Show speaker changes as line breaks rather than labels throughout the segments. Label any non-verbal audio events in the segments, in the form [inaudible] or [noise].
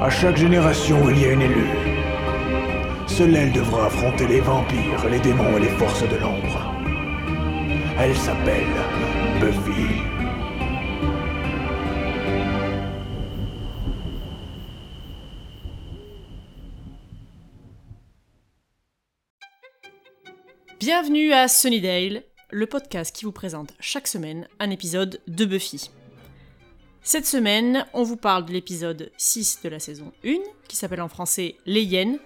À chaque génération, il y a une élue. Seule elle devra affronter les vampires, les démons et les forces de l'ombre. Elle s'appelle Buffy.
Bienvenue à Sunnydale, le podcast qui vous présente chaque semaine un épisode de Buffy. Cette semaine, on vous parle de l'épisode 6 de la saison 1, qui s'appelle en français Les Hyènes.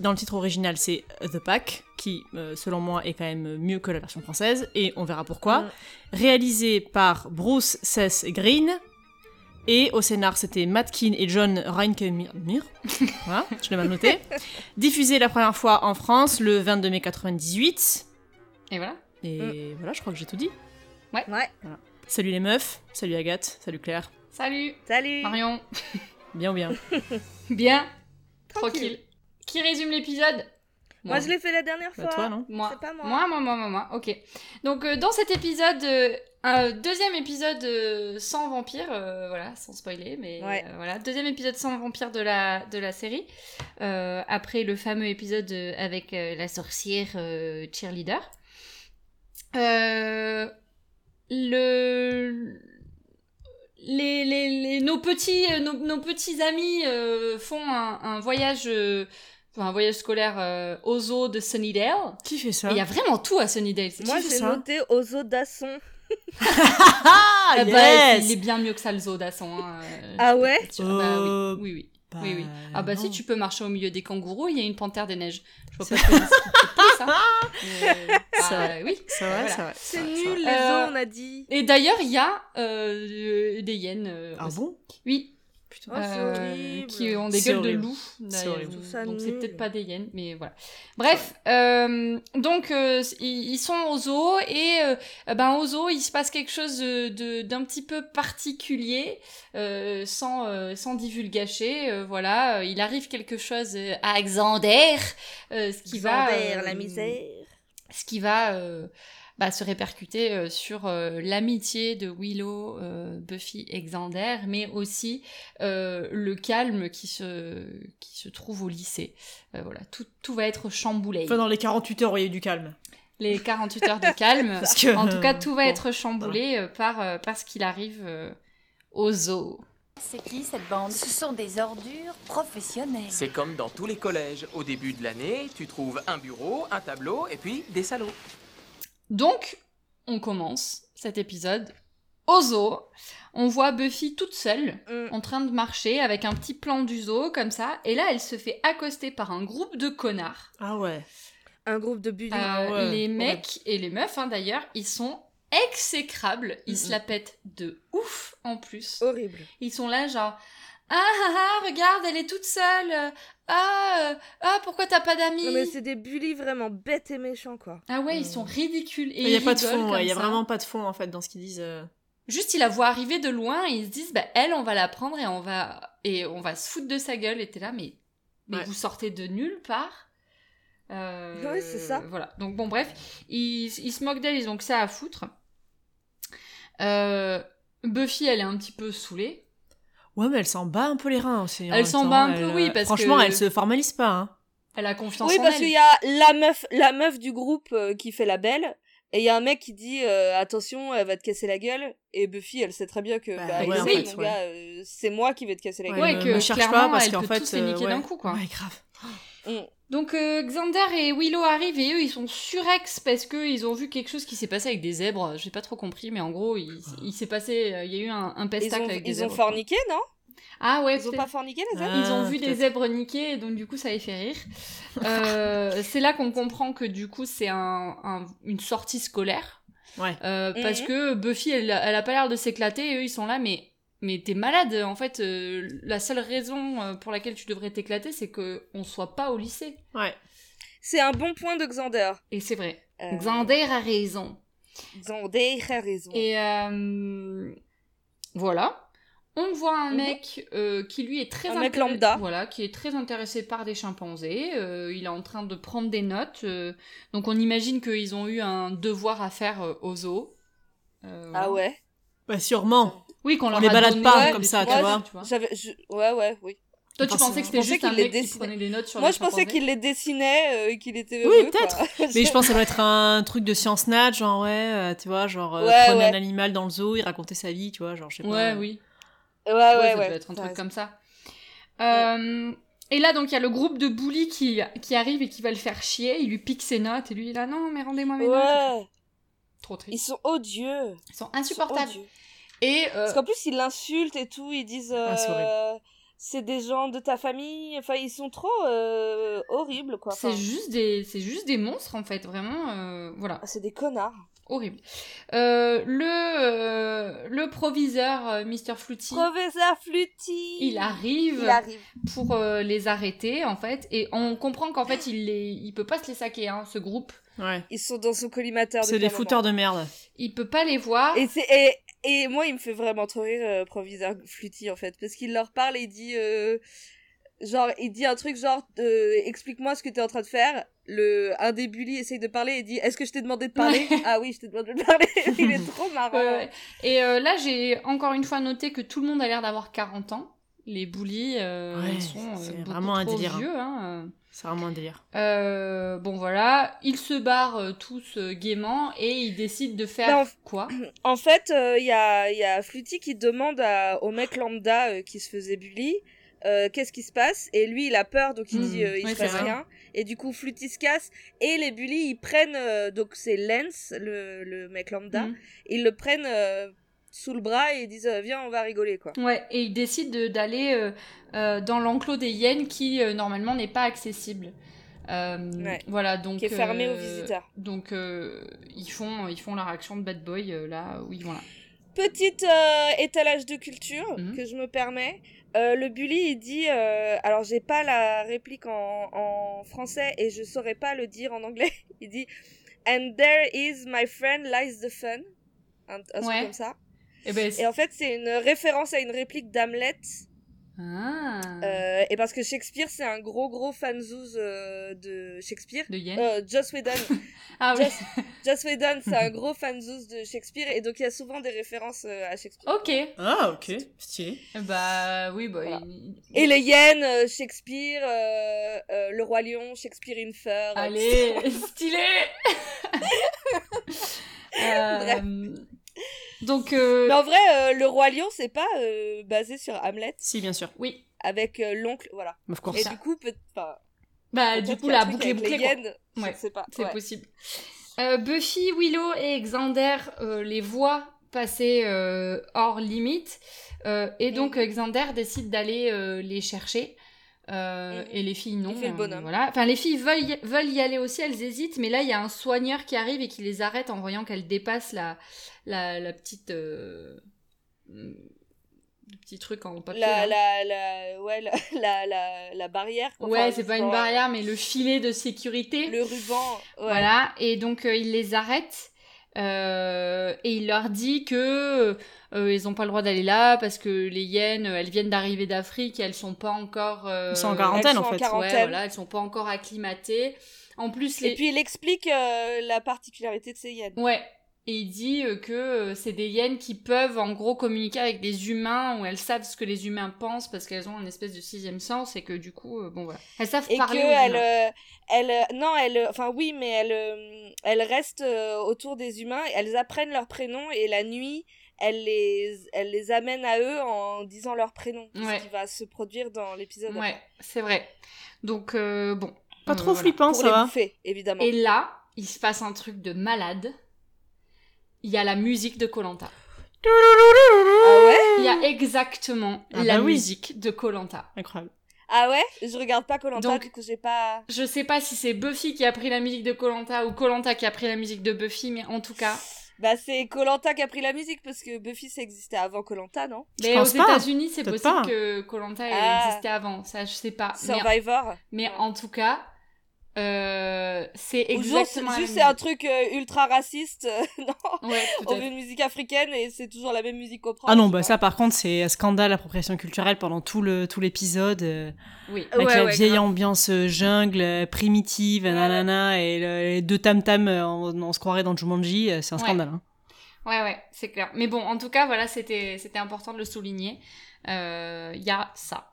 Dans le titre original, c'est The Pack, qui, euh, selon moi, est quand même mieux que la version française, et on verra pourquoi.
Mm.
Réalisé par Bruce Sess Green, et au scénar, c'était Matt Keane et John Reinkemir. Voilà, je l'ai mal noté. Diffusé la première fois en France le 22 mai 98.
Et voilà.
Et voilà, je crois que j'ai tout dit.
Ouais,
Salut les meufs, salut Agathe, salut Claire.
Salut
salut
Marion. [laughs]
Bien ou bien
Bien. Tranquille. Qui résume l'épisode
Moi, je l'ai fait la dernière fois.
Bah toi non
Moi.
C'est pas moi.
Moi, moi, moi, moi, moi. Ok. Donc euh, dans cet épisode, euh, un deuxième épisode euh, sans vampire, euh, voilà, sans spoiler, mais
Ouais.
euh, voilà, deuxième épisode sans vampire de la de la série, euh, après le fameux épisode euh, avec euh, la sorcière euh, cheerleader. Euh, le les, les, les- nos petits euh, nos, nos petits amis euh, font un, un voyage euh, enfin, un voyage scolaire euh, aux eaux de Sunnydale
Qui fait ça
il y a vraiment tout à Sunnydale. c'est
Moi,
qui
j'ai
ça
noté aux Dasson.
Ah
Ah bah,
yes
il est bien mieux que ça, le zoo d'Asson. hein, euh,
Ah
je-
ouais
je- bah,
Euh,
oui, oui, oui.
Bah,
oui, oui. Ah bah si,
non.
tu peux marcher au milieu des kangourous, il y a une panthère des neiges. Je vois pas ce que ce qui te plaît,
[laughs]
ça. Mais, bah, oui.
C'est vrai,
Voilà.
c'est vrai.
C'est
vrai,
nul, les
vrai.
vrai. Euh,
os, on a dit.
Et d'ailleurs, il y a euh, des hyènes. euh,
Ah
aussi.
bon
Oui.
Putain,
euh, qui ont des
C'est
gueules de
horrible.
loup.
C'est
d'ailleurs.
horrible.
Je trouve ça
Donc c'est
nul.
peut-être pas des hyènes, mais voilà. Bref, euh, donc euh, ils ils sont au zoo et euh, euh, ben au zoo il se passe quelque chose de- de- d'un petit peu particulier, euh, sans euh, sans divulgacher. euh, voilà, euh, il arrive quelque chose euh, à Xander, euh, ce qui va
Xander,
euh,
la misère.
ce qui va euh, bah, se répercuter euh, sur euh, l'amitié de Willow, euh, Buffy et Xander, mais aussi euh, le calme qui se, qui se trouve au lycée. Euh, voilà, tout, tout va être chamboulé.
Enfin, dans les 48 heures, il y a eu du calme.
Les 48 heures de
[laughs]
calme,
Parce que,
Euh, en tout cas, tout va
bon,
être chamboulé euh, par, euh, par ce qu'il arrive euh, au zoo.
C'est qui cette bande Ce sont des ordures professionnelles.
C'est comme dans tous les collèges. Au début de l'année, tu trouves un bureau, un tableau et puis des salauds.
Donc, on commence cet épisode au zoo. On voit Buffy toute seule
Mm.
en train de marcher avec un petit plan du zoo comme ça, et là elle se fait accoster par un groupe de connards.
Ah ouais.
Un groupe de bulles.
Euh,
Ah ouais,
les
horrible.
mecs et les meufs hein, d'ailleurs, ils sont exécrables, ils se
Mhm.
la pètent de ouf en plus.
Oh.
Horrible.
Ils sont là genre ah ah ah regarde elle est toute seule ah euh, ah pourquoi t'as pas d'amis
Non, mais c'est des bullies vraiment bêtes et méchants, quoi.
ah ouais ils sont ridicules et
Il n'y a
ils
pas de
rigolent
fond, ouais,
comme
il y a
ça.
vraiment pas de fond en fait dans ce qu'ils disent. euh.
Juste, ils la voient arriver de loin et ils se disent, bah, elle, on va la prendre et on va, et on va se foutre de sa gueule. Et t'es là, mais, mais
Ouais.
vous sortez de nulle part. Euh,
Ouais, c'est ça.
Voilà. Donc, bon, bref, ils, ils se moquent d'elle, ils ont que ça à foutre. Euh, Buffy, elle est un petit peu saoulée.
Ouais, mais elle s'en bat un peu les reins aussi. hein, en
Elle
même
s'en
temps,
bat un peu,
elle,
oui,
euh,
parce
Franchement,
que-
elle se formalise pas. Hein.
Elle a confiance
Oui,
en
parce
elle.
qu'il y a la meuf, la meuf du groupe euh, qui fait la belle, et il y a un mec qui dit euh, attention, elle va te casser la gueule. Et Buffy, elle sait très bien que
Bah,
bah,
ouais,
il
en
sait,
fait,
mon
ouais.
gars, euh, c'est moi qui vais te casser la
Ouais,
gueule.
Ouais, euh,
ne
que
me cherche pas
clairement,
parce
elle
qu'en
peut
fait.
tous les niquer
euh,
d'un
ouais.
coup, quoi.
Ouais, grave.
Donc, euh, Xander et Willow arrivent et eux, ils sont surex parce que ils ont vu quelque chose qui s'est passé avec des zèbres. J'ai pas trop compris, mais en gros, il, il s'est passé, euh, il y a eu un, un
Ils
pestacle
ont,
avec des
ils ont
zèbres.
forniqué, non
Ah ouais,
Ils ont
peut-être.
pas forniqué, les
Ah,
autres
Ils ont vu des
peut-être.
zèbres niqués et donc du coup ça les fait rire.
[laughs]
Euh, c'est là qu'on comprend que du coup c'est un, un- une sortie scolaire.
Ouais.
Euh, Parce
Mhm.
que Buffy elle, elle a pas l'air de s'éclater et eux ils sont là mais, mais t'es malade en fait. euh, la seule raison euh, pour laquelle tu devrais t'éclater c'est que on soit pas au lycée.
Ouais.
C'est un bon point de Xander.
Et c'est vrai.
Euh,
Xander a raison.
Xander a raison.
Et euh, voilà. On voit un
Mhm.
mec euh, qui lui est très
Un mec
intér-
lambda.
Voilà, qui est très intéressé par des chimpanzés. Euh, il est en train de prendre des notes. euh, donc on imagine qu'ils ont eu un devoir à faire euh, au zoo. Euh,
Ah
voilà.
ouais
Bah, sûrement.
Oui, qu'on
On
leur
les
a
balade
donné,
pas
ouais,
comme
des
ça, tu
trucs,
vois.
J'avais- je- Ouais, ouais, oui.
Toi, tu
Enfin,
pensais que
je
c'était
pensais
juste
qu'il
un
les
mec qui
dessinait.
prenait des notes sur
Moi,
les
je pensais
chimpanzés.
qu'il les dessinait euh, et qu'il était
Oui,
heureux, [laughs]
peut-être.
quoi.
Mais je pense que ça doit être un truc de science nat, genre ouais, euh, tu vois, genre euh,
Ouais,
prenez un
ouais.
animal dans le zoo, il racontait sa vie, tu vois, genre je sais pas.
Ouais, oui.
Ouais, ouais, ouais.
ça peut être un
t'as
truc
raison.
comme ça. Euh, et là, donc, il y a le groupe de bullies qui, qui arrive et qui va le faire chier. Il lui pique ses notes et lui, il est là, non, mais rendez-moi mes notes.
Ouais,
Trop
ils
triste.
sont odieux.
Ils sont
Ils sont
insupportables.
odieux.
Et euh,
Parce qu'en plus, ils l'insultent et tout, ils disent
Ah, c'est horrible.
euh, c'est des gens de ta famille, enfin, ils sont trop euh, horribles, quoi. Enfin,
c'est juste, des- c'est juste des monstres, en fait, vraiment. euh, voilà.
ah, c'est des connards.
Horrible. Euh, le, euh, le proviseur, euh, Mr. Flutie,
Professeur Fluty
il arrive
Il arrive.
pour euh, les arrêter, en fait. Et on comprend qu'en fait, il, les, il peut pas se les saquer, hein, ce groupe.
Ouais.
Ils sont dans son collimateur.
C'est
depuis
des
un moment.
fouteurs de merde.
Il peut pas les voir.
Et, c'est- et, et moi, il me fait vraiment trop rire, euh, proviseur Fluty, en fait. Parce qu'il leur parle et il dit. euh, genre, il dit un truc genre euh, Explique-moi ce que t'es en train de faire. Le, un des bullies essaye de parler et dit Est-ce que je t'ai demandé de parler Ah oui, je t'ai demandé de parler. [laughs] il est trop marrant.
Ouais, ouais. Et euh, là, j'ai encore une fois noté que tout le monde a l'air d'avoir 40 ans. Les bullies euh,
Ouais,
ils sont
c'est
euh, beaucoup
vraiment un
trop
délire, hein.
vieux. hein.
C'est vraiment un délire.
Euh, bon, voilà. Ils se barrent euh, tous euh, gaiement et ils décident de faire
Non.
quoi
Bah, En fait, euh, il y, a, il y a Fluty qui demande à, au mec lambda euh, qui se faisait bully euh, qu'est-ce qui se passe. Et lui, il a peur, donc il
Hmm,
dit euh, il
oui,
se passe
c'est vrai.
rien. Et du coup, Fluty se casse. Et les bullies, ils prennent. euh, donc, c'est Lens, le, le mec lambda.
Hmm.
Ils le prennent euh, sous le bras et ils disent euh, viens, on va rigoler, quoi.
Ouais, et ils décident de- d'aller euh, euh, dans l'enclos des hyènes qui, euh, normalement, n'est pas accessible. Euh,
Ouais.
Voilà, donc.
Qui est fermé aux
euh,
visiteurs.
Donc, euh, ils, font, ils font leur action de bad boy euh, là où ils vont là.
Petite euh, étalage de culture
Mhm.
que je me permets. Euh, le bully, il dit. euh, alors, j'ai pas la réplique en, en français et je saurais pas le dire en anglais. [laughs] Il dit And there is my friend lies the fun. Un, un truc
Ouais.
comme ça.
Et ben, c'est-
Et en fait, c'est une référence à une réplique d'Hamlet.
Ah.
Euh, et parce que Shakespeare, c'est un gros, gros fanzouze euh, de Shakespeare.
De hyènes.
Euh, Joss Whedon.
[laughs] ah oui.
Joss, Joss Whedon, c'est un gros fanzouze de Shakespeare. Et donc, il y a souvent des références euh, à Shakespeare.
Ok.
Ah ok, stylé.
Bah oui, bah.
Voilà.
il-
Et les hyènes, euh, Shakespeare, euh, euh, Le Roi Lion, Shakespeare in Fur. euh,
Allez,
[laughs]
[laughs] stylé Euh, Donc, euh,
Mais en vrai, euh, Le Roi Lion, c'est pas euh, basé sur Hamlet,
Si bien sûr.
oui,
avec euh, l'oncle, voilà.
Of course.
Et du coup, peut enfin,
bah
peut-être
du coup,
qu'il y a
la
un truc
boucle est
avec les
bouclée. quoi.
hyènes,
Ouais,
Je sais pas.
C'est
ouais.
possible. Euh, Buffy, Willow et Xander euh, les voient passer euh, hors limite. euh, et donc,
Mhm.
euh, Xander décide d'aller euh, les chercher. euh,
Mhm.
Et les filles, non.
Il fait le
euh,
bonhomme.
voilà. Enfin, les filles veulent y, veulent y aller aussi, elles hésitent, mais là, il y a un soigneur qui arrive et qui les arrête en voyant qu'elles dépassent la, la, la petite. euh, le petit truc en papier.
La,
là.
la, la, ouais, la, [laughs] la, la, la barrière. quoi.
hein. Ouais,
Enfin,
c'est pas une
genre,
barrière, mais le filet de sécurité.
Le ruban. ouais.
Voilà, et donc euh, il les arrête euh, et il leur dit que euh, ils ont pas le droit d'aller là parce que les hyènes, euh, elles viennent d'arriver d'Afrique, et elles sont pas encore. euh,
Ils sont en
elles
quarantaine
sont
en
en
fait.
quarantaine.
Ouais, voilà, elles sont pas encore acclimatées. En plus, les.
Et puis, il explique euh, la particularité de ces hyènes.
Ouais. Et il dit euh, que euh, c'est des hyènes qui peuvent en gros communiquer avec des humains où elles savent ce que les humains pensent parce qu'elles ont une espèce de sixième sens et que du coup, euh, bon voilà. Elles savent
et que
parler. aux
elle,
humains.
euh, elle euh, non elle euh, enfin oui mais elle euh, elle reste euh, autour des humains elles apprennent leurs prénoms et la nuit elle les elle les amène à eux en disant leurs prénoms
Ouais.
ce qui va se produire dans l'épisode
Ouais, c'est vrai. Donc, euh, bon.
Pas
Euh,
trop
voilà.
flippant
pour
ça
les
va.
bouffer évidemment
Et là, il se passe un truc de malade. Il y a la musique de Colanta.
ah ouais
Il y a exactement
Ah
la
bah oui.
musique de Colanta.
Incroyable.
ah ouais je regarde pas Colanta
Donc-
du coup j'ai pas
Je sais pas si c'est Buffy qui a pris la musique de Colanta ou Colanta qui a pris la musique de Buffy, mais en tout cas,
bah c'est Colanta qui a pris la musique parce que Buffy ça existait avant Colanta non
Je
mais aux
pense pas.
États-unis, c'est
Peut-être
possible
pas.
que Colanta
Ah.
existait avant. Ça, je sais pas. Mais,
Survivor
mais en tout cas, euh, c'est
Ou juste-
exactement. la
juste
même
c'est un truc euh, ultra raciste [laughs] euh, non
musique. Ouais,
on
peut-être.
veut une musique africaine et c'est toujours la même musique qu'on prend
Ah non
tu
bah
vois.
ça par contre c'est un scandale appropriation culturelle pendant tout le tout l'épisode euh,
Oui.
avec
Ouais,
la
ouais,
vieille
grave.
ambiance euh, jungle euh, primitive nanana et le- les deux tam tam on, se croirait dans Jumanji euh, c'est un
Ouais.
scandale. hein.
Ouais, ouais, c'est clair. Mais bon, en tout cas, voilà, c'était c'était important de le souligner. Euh, Il y a ça.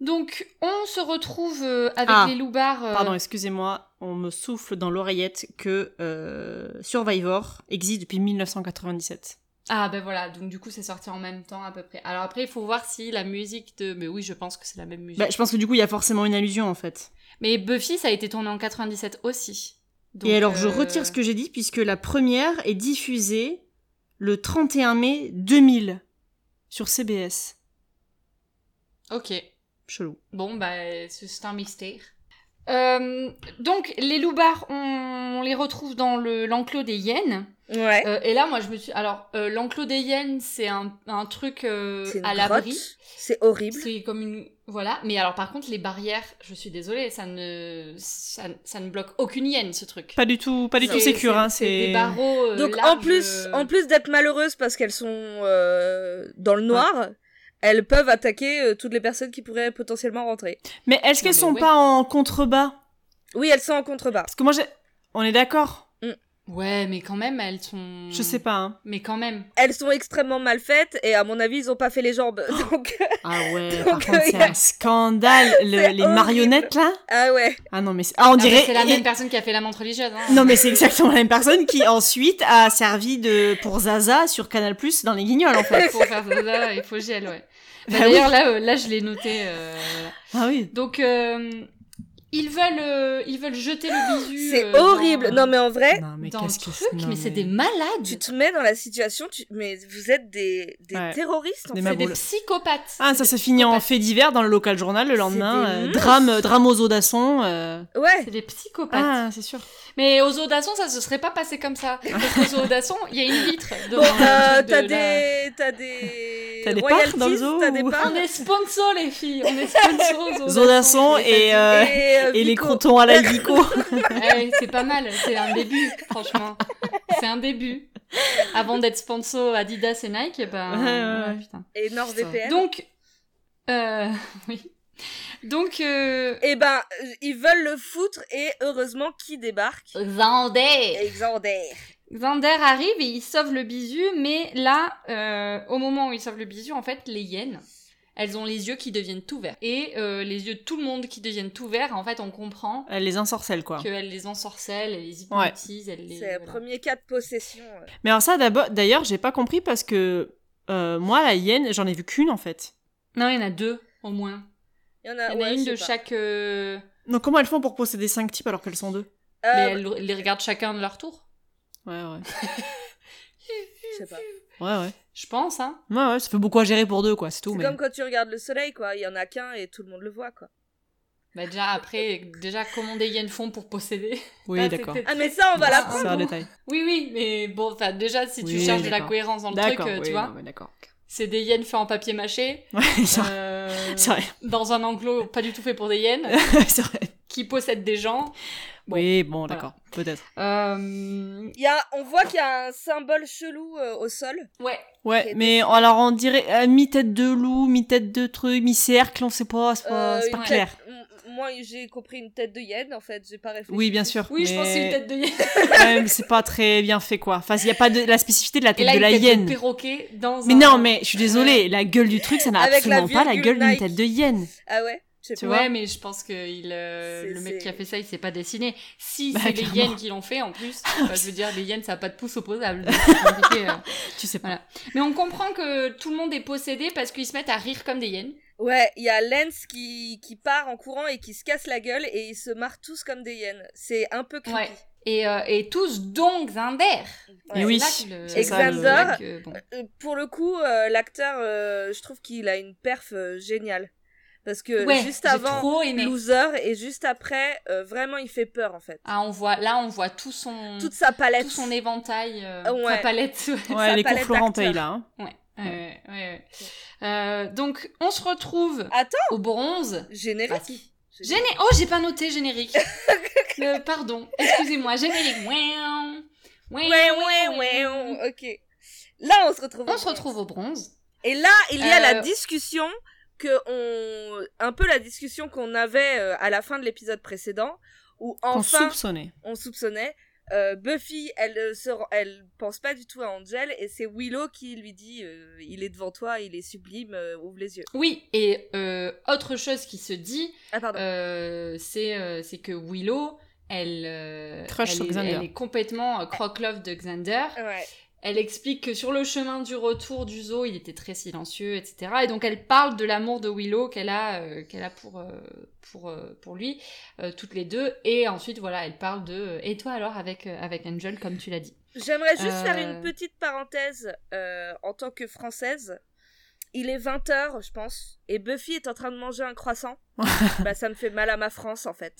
Donc, on se retrouve euh, avec
Ah.
les loupards. euh,
Pardon, excusez-moi, on me souffle dans l'oreillette que euh, Survivor existe depuis 1997.
Ah ben voilà, donc du coup c'est sorti en même temps à peu près. Alors après il faut voir si la musique de... Mais oui je pense que c'est la même musique.
Bah, je pense que du coup, il y a forcément une allusion en fait.
Mais Buffy ça a été tourné en 97 aussi. Donc,
Et alors, je
euh,
retire ce que j'ai dit puisque la première est diffusée le 31 mai 2000 sur CBS.
Ok,
Chelou.
bon bah c'est c'est un mystère. Euh, donc les loupards on, on les retrouve dans le- l'enclos des hyènes.
Ouais.
Euh, et là moi je me suis... Alors euh, l'enclos des hyènes c'est un, un truc euh,
C'est une
à l'abri.
grotte. C'est horrible.
C'est comme une. Voilà, mais alors par contre, les barrières, je suis désolée, ça ne, ça, ça ne bloque aucune hyène ce truc.
Pas du tout, pas du
C'est-
tout sécure. Hein,
des
c'est
barreaux. euh,
Donc en
larges,
plus,
euh,
en plus d'être malheureuses parce qu'elles sont euh, dans le noir, elles peuvent attaquer euh, toutes les personnes qui pourraient potentiellement rentrer.
Mais est-ce
Non,
qu'elles
mais
sont
ouais.
pas en contrebas
Oui, elles sont en contrebas.
Parce que moi, j'ai... on est d'accord.
Ouais, mais quand même, elles sont.
Je sais pas. hein.
Mais quand même.
Elles sont extrêmement mal faites et à mon avis, ils ont pas fait
[gasps]
les jambes. Donc [laughs]
Ah [laughs] ouais,
par
par
Donc, contre,
contre,
euh, c'est
c'est
y a-
un scandale.
le- les
les
horrible.
marionnettes,
marionnettes,
là
ah ouais.
Ah non, mais c'est... Ah, on
Ah, mais
dirait...
c'est la même personne qui a fait la montre religieuse. Hein.
Non, mais c'est exactement la même personne qui, ensuite, a servi de... pour Zaza sur Canal+, dans Les Guignols, en
[laughs]
fait.
[laughs] Il faut faire ça, ça, il faut
[laughs]
gel, ouais.
Bah
Bah,
oui.
D'ailleurs, là, euh, là, je l'ai noté. euh, voilà.
Ah oui.
Donc, euh, ils veulent, euh, ils veulent jeter le bisu.
C'est
euh, dans-
horrible. Non mais en vrai,
Non, mais
dans le
qu'est-ce que
truc, mais,
non,
c'est des malades.
tu te mets dans la situation, tu... mais vous êtes des, des
Ouais.
terroristes en
Des
fait.
ma
C'est des
boule.
psychopathes.
Ah, ça s'est fini en
psychopathes.
fait divers dans le local journal le lendemain.
des
euh,
monstres.
drame, euh, drame aux audaçons. euh. [laughs]
Ouais.
C'est des psychopathes.
Ah, c'est sûr.
Mais aux audaçons, ça se serait pas passé comme ça. Parce qu'aux audaçons, il y a une vitre.
Bon,
devant
euh,
le truc
t'as
de
des,
la-
[laughs]
t'as des,
T'as des parts
royalties,
dans le zoo
t'as des
ou- [laughs]
parts.
On est sponsor, les filles. On est sponsor aux audaçons.
Zodassons
je vous l'ai
et,
pas
euh,
Et, euh,
Et les
Vico.
crotons à la Vico.
dit. Eh, c'est pas mal. C'est un début, franchement. C'est un début. Avant d'être sponsor Adidas et Nike, et ben.
Ouais, ouais,
voilà,
ouais.
putain.
Et NordVPN.
Donc. Euh, [laughs] oui. Donc. Euh,
Et ben, euh, ils veulent le foutre et heureusement qui débarque
Xander.
Exander.
Xander arrive et il sauve le bisu, mais là, euh, au moment où il sauve le bisu, en fait, les hyènes, elles ont les yeux qui deviennent tout verts. Et euh, les yeux de tout le monde qui deviennent tout verts, en fait, on comprend
Elle Euh, les ensorcelle, quoi.
qu'elles les ensorcellent, elles les hypnotisent, elles les...
C'est le
voilà.
premier cas de possession. euh.
Mais alors ça, d'abord- d'ailleurs, j'ai pas compris parce que euh, moi, la hyène, j'en ai vu qu'une en fait.
Non, il y en a deux, au moins.
Il y en
Il
a,
y en a
Ah ouais,
une
je
de
sais pas.
chaque... euh,
Donc comment elles font pour posséder cinq types alors qu'elles sont deux
Euh,
Mais elles elles les regardent chacun de leur tour.
Ouais, ouais.
je sais pas.
Ouais, ouais.
Je pense, hein.
Ouais, ouais, ça fait beaucoup à gérer pour deux, quoi, c'est tout.
C'est
Mais...
comme quand tu regardes le soleil, quoi. Il y en a qu'un et tout le monde le voit, quoi.
Bah déjà, après, déjà, comment des hyènes font pour posséder
Oui,
Ah,
d'accord.
c'était
Ah, mais ça, on va
Ah,
l'apprendre.
C'est un
bon.
détail.
Oui, oui, mais bon, enfin, déjà, si tu
Oui,
cherches de la
d'accord.
cohérence dans le truc,
D'accord,
euh, tu
oui,
vois...
non, mais d'accord.
[laughs] C'est des hyènes faits en papier mâché,
Ouais, c'est vrai.
euh,
C'est vrai.
dans un enclos pas du tout fait pour des
[laughs]
hyènes, [laughs]
c'est vrai.
qui possèdent des gens. Bon,
oui, bon,
voilà.
d'accord, peut-être.
Euh,
Il y a, on voit qu'il y a un symbole chelou euh, au sol.
Ouais,
Ouais,
Ok,
mais alors on dirait euh, mi-tête de loup, mi-tête de truc, mi-cercle, on sait pas,
Oh,
c'est pas,
Euh,
c'est pas
une
clair.
tête- m- Moi, j'ai compris une tête de hyène, en fait. J'ai pas réfléchi.
Oui, bien sûr.
oui, je pense que c'est une tête de hyène.
de Ouais, mais c'est pas très bien fait, quoi. Enfin, il y a pas de la spécificité de la
Et
tête
là,
de
une
la
tête
hyène.
de perroquet dans
Mais
un...
non, mais je suis désolée, la gueule du truc, ça n'a
Avec la
absolument pas la
virgule
gueule d'une
Nike.
tête de hyène.
Ah ouais Je sais
Tu
pas.
vois
Ouais, mais je pense que il, euh,
C'est-
le mec
c'est-
qui a fait ça, il s'est pas dessiné. Si
Bah,
c'est les
clairement.
hyènes qui l'ont fait, en
[laughs]
plus, enfin, je veux dire, les hyènes, ça a pas de pouce opposable. donc c'est compliqué, euh.
Tu sais pas.
Voilà. Mais on comprend que tout le monde est possédé parce qu'ils se mettent à rire comme des hyènes.
Ouais, il y a Lens qui, qui part en courant et qui se casse la gueule et ils se marrent tous comme des hyènes. C'est un peu creepy.
Ouais. Et, euh, et tous, donc, Zinder.
Ouais.
Et oui.
C'est là que le-
c'est
c'est
ça, le-
là que- bon.
Euh, Pour le coup, euh, l'acteur, euh, je trouve qu'il a une perf euh, géniale. Parce que
Ouais,
Euh, juste
j'ai
avant,
trop aimé.
loser, et juste après, euh, vraiment, il fait peur, en fait.
Ah, on voit, là, on voit tout son,
Toute sa palette.
Mm. tout son éventail, euh,
Ah ouais.
sa palette. ouais. [laughs]
Ouais, les cours
palette
Florent
d'acteurs.
paye là. hein.
Ouais, ouais, ouais, ouais. Euh, donc, on se retrouve
Attends.
au bronze.
Générique.
Géné oh, j'ai pas noté
[laughs]
générique. Euh, pardon, excusez-moi, générique. Ouin, ouin,
Ouais,
ouin,
ouais, ouais,
ouin.
on- ok. Là, on se retrouve.
On se retrouve au bronze.
Et là, il y a
Euh,
la discussion que on, un peu la discussion qu'on avait euh, à la fin de l'épisode précédent, où
Qu'on
enfin
soupçonnait.
on soupçonnait Euh, Buffy, elle, euh, se rend- elle pense pas du tout à Angel et c'est Willow qui lui dit euh, Il est devant toi, il est sublime, euh, ouvre les yeux.
Oui, et euh, autre chose qui se dit,
Ah, pardon.
euh, c'est euh, c'est que Willow, elle, euh,
Crush
elle
sur
est,
Xander.
elle est complètement euh, croque-love de Xander.
Ouais.
Elle explique que sur le chemin du retour du zoo, il était très silencieux, etc. Et donc elle parle de l'amour de Willow qu'elle a, euh, qu'elle a pour, euh, pour, euh, pour lui, euh, toutes les deux. Et ensuite, voilà, elle parle de euh, Et toi alors avec, euh, avec Angel, comme tu l'as dit.
J'aimerais juste
Euh,
faire une petite parenthèse euh, en tant que française. Il est 20h, je pense, et Buffy est en train de manger un croissant. bah, ça me fait mal à ma France, en fait.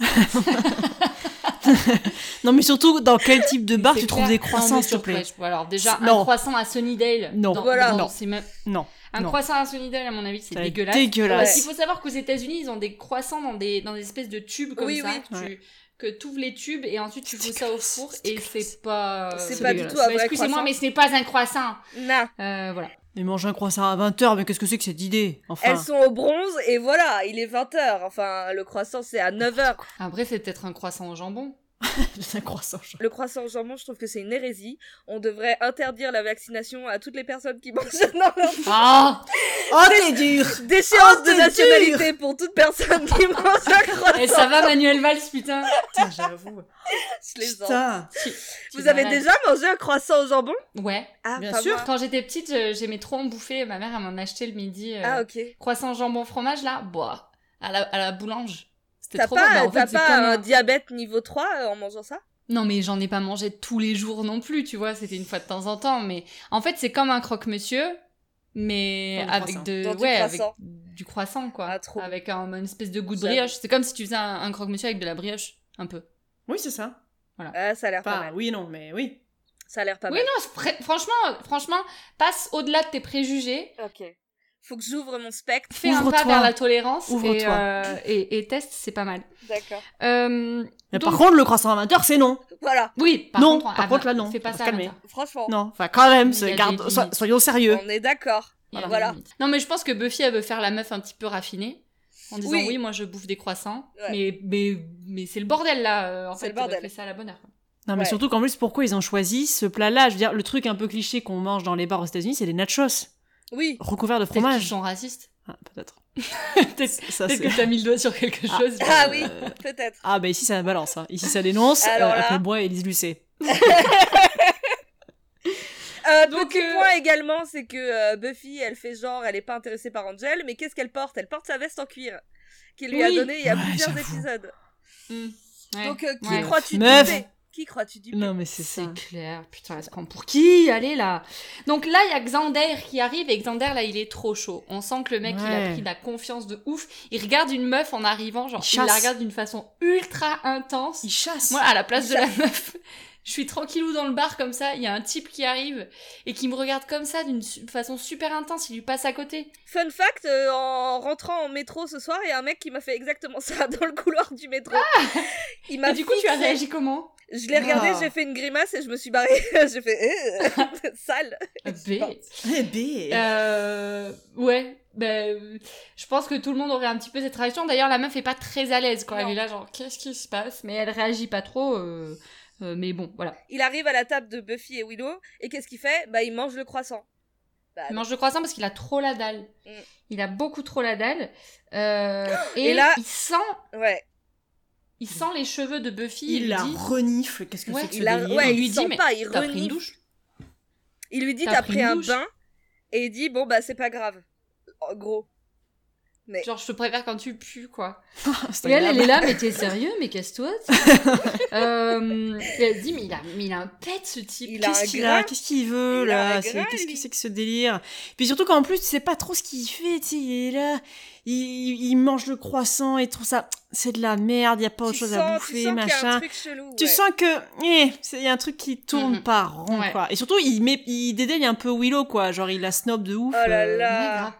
Non, mais surtout, dans quel type de bar
C'est
tu trouves
clair.
des
Non,
croissants,
mais
s'il te plaît
surprise. Alors déjà,
Non.
un croissant à Sunnydale.
Non.
dans-
Voilà.
dans-
Non.
c'est même-
Non.
Un
Non.
croissant à Sunnydale, à mon avis, c'est
Ça va être
dégueulasse.
dégueulasse.
Il faut savoir qu'aux États-Unis, ils ont des croissants dans des, dans des espèces de tubes comme
Oui,
ça.
oui.
Que tu que t'ouvres les tubes et ensuite tu
C'est
fous ça au
dégueulasse,
four
c'est
et c'est pas.
C'est
pas du
tout un
Bah,
vrai
Excusez-moi,
croissant.
mais ce n'est pas un croissant.
Non.
Euh, voilà.
Mais manger un croissant à 20h, mais qu'est-ce que c'est que cette idée Enfin,
Elles sont au bronze, et voilà, il est 20h. Enfin, le croissant, c'est à 9h.
Après, c'est peut-être un croissant au jambon.
[laughs]
c'est un croissant. je-
Le croissant au jambon, je trouve que c'est une hérésie. On devrait interdire la vaccination à toutes les personnes qui mangent. [laughs] Non, non.
Ah
Oh, t'es dur
Déchéance
Oh,
de
t'es
nationalité pour toute personne qui mange un croissant.
Et Eh, ça va, Manuel Valls, putain
Putain, j'avoue.
Je plaisante.
Putain
Tu
Vous
es
avez
malade.
déjà mangé un croissant au jambon
Ouais.
Ah,
Bien
pas
sûr.
moi.
Quand j'étais petite, je- j'aimais trop en bouffer. Ma mère, elle m'en achetait le midi. euh,
Ah, ok.
Croissant jambon fromage, là, boah. À la, à la boulange. C'était
T'as
trop bon. Bah,
pas,
en fait,
t'as
c'est
pas
comme
un
un-
diabète niveau 3 euh, en mangeant ça
Non, mais j'en ai pas mangé tous les jours non plus, tu vois, c'était une fois de temps en temps. Mais en fait, c'est comme un croque-monsieur, mais
Dans du
avec
croissant.
de,
Dans du
ouais,
croissant.
avec du croissant, quoi.
Ah, trop.
Avec un- une espèce de goût de
J'avoue.
brioche. C'est comme si tu faisais un, un croque-monsieur avec de la brioche, un peu.
Oui, c'est ça.
Ah, ça a l'air pas,
Pas,
mal.
oui, non, mais oui.
Ça a l'air pas
oui,
mal.
non, c'est pré- franchement, franchement, passe au-delà de tes préjugés,
Ok. Faut que j'ouvre mon spectre.
fais un
Ouvre-toi.
pas vers la tolérance et,
Ouvre-toi.
euh, et, et teste, c'est pas mal.
D'accord.
Euh,
Mais
Donc-
par contre, le croissant à 20h, c'est non.
Voilà.
oui, par
Non,
contre,
par
ah,
contre,
bah,
là, non,
Fais pas
faut se
ça. à
calmer.
l'intérieur.
Franchement,
Non, enfin, quand même,
Il y
c'est-
a des
garde, so-
limites.
soyons sérieux.
on est d'accord.
Il y a des
Voilà.
limites. Non, mais je pense que Buffy, elle veut faire la meuf un petit peu raffinée. En disant
Oui.
oui, moi je bouffe des croissants.
Ouais.
Mais, mais, mais c'est le bordel là. euh, En
C'est
fait,
le bordel.
elle fait ça à la bonne heure.
Non, mais
Ouais.
surtout qu'en plus, pourquoi ils ont choisi ce plat-là Je veux dire, le truc un peu cliché qu'on mange dans les bars aux États-Unis, c'est les nachos
Oui.
recouverts de
Peut-être qu'ils
fromage.
sont racistes.
Ah, [laughs] peut-être.
Peut-être
Ça,
peut-être
c'est-
que t'as mis le doigt sur quelque
Ah.
chose.
Ah oui,
Euh,
peut-être.
[laughs] Ah, bah ici, ça balance. hein. Ici, ça dénonce.
Alors
euh,
là-
après, moi, Élise Lucet.
Euh,
donc,
petit
euh,
point également, c'est que euh, Buffy, elle fait genre, elle est pas intéressée par Angel, mais qu'est-ce qu'elle porte Elle porte sa veste en cuir qu'il lui a
Oui.
donnée il y a
Ouais,
plusieurs
j'avoue.
épisodes.
Ouais.
Donc euh, qui
Ouais.
crois-tu
Meuf.
duper Qui crois-tu duper
Non, mais c'est ça.
C'est clair. Putain, elle se prend pour qui Allez là. Donc là, il y a Xander qui arrive et Xander là, il est trop chaud. On sent que le mec, il
Ouais.
a pris de la confiance de ouf. Il regarde une meuf en arrivant, genre,
Il
il, la
chasse.
regarde d'une façon ultra intense.
Ils chassent.
Moi, à la place de la meuf, je suis tranquillou dans le bar comme ça. Il y a un type qui arrive et qui me regarde comme ça d'une su- façon super intense. Il lui passe à côté.
Fun fact, euh, en rentrant en métro ce soir, il y a un mec qui m'a fait exactement ça [laughs] dans le couloir du métro. il m'a
Ah Et du coup, tu as
fixé.
réagi comment
Je l'ai regardé,
Ah.
j'ai fait une grimace et je me suis barrée. [laughs] j'ai fait euh, [laughs] sale.
B.
Eh, bé.
Euh, ouais. Ben, je pense que tout le monde aurait un petit peu cette réaction. D'ailleurs, la meuf est pas très à l'aise quand
Non.
elle est là, genre qu'est-ce qui se passe Mais elle réagit pas trop. euh, euh, mais bon, voilà.
Il arrive à la table de Buffy et Willow et qu'est-ce qu'il fait Bah il mange le croissant. Bah,
Il mange le croissant parce qu'il a trop la dalle.
Mm.
Il a beaucoup trop la dalle. Euh, et,
Et là-
il sent,
ouais.
il sent les cheveux de Buffy.
Il
lui
la
dit,
renifle. Qu'est-ce que
Ouais.
c'est que ce
Il la-
délire
ouais,
Il lui
il
dit,
sent
mais
pas, il
T'as pris une
renifle.
douche
Il lui dit
T'as
t'as
pris
pris
une
un
douche
bain et il dit bon bah c'est pas grave. En gros.
Genre, je te préfère quand tu pues, quoi.
C'est
Et elle, elle
agréable.
est là, mais [laughs] t'es sérieux, mais casse-toi. tu [laughs] euh, et elle dit, mais il a, mais il a un pet, ce type.
Il a un
Qu'est-ce qu'il
grain.
a Qu'est-ce qu'il veut
Il a
là
un
C'est-
grain,
Qu'est-ce que
lui.
c'est que ce délire Puis surtout qu'en plus, tu sais pas trop ce qu'il fait. Tu sais, il est là, il, il mange le croissant et tout ça. C'est de la merde. Il y a pas autre
tu
chose
sens,
à
tu
bouffer,
sens qu'il y a un
machin.
truc chelou.
Tu
ouais.
sens que eh, c'est- il y a un truc qui tourne
Mhm.
pas rond
Ouais.
quoi. Et surtout, il met, il dédaigne un peu Willow quoi. Genre, il la snob de ouf.
Oh là
euh,
Ouais,
là.
grave.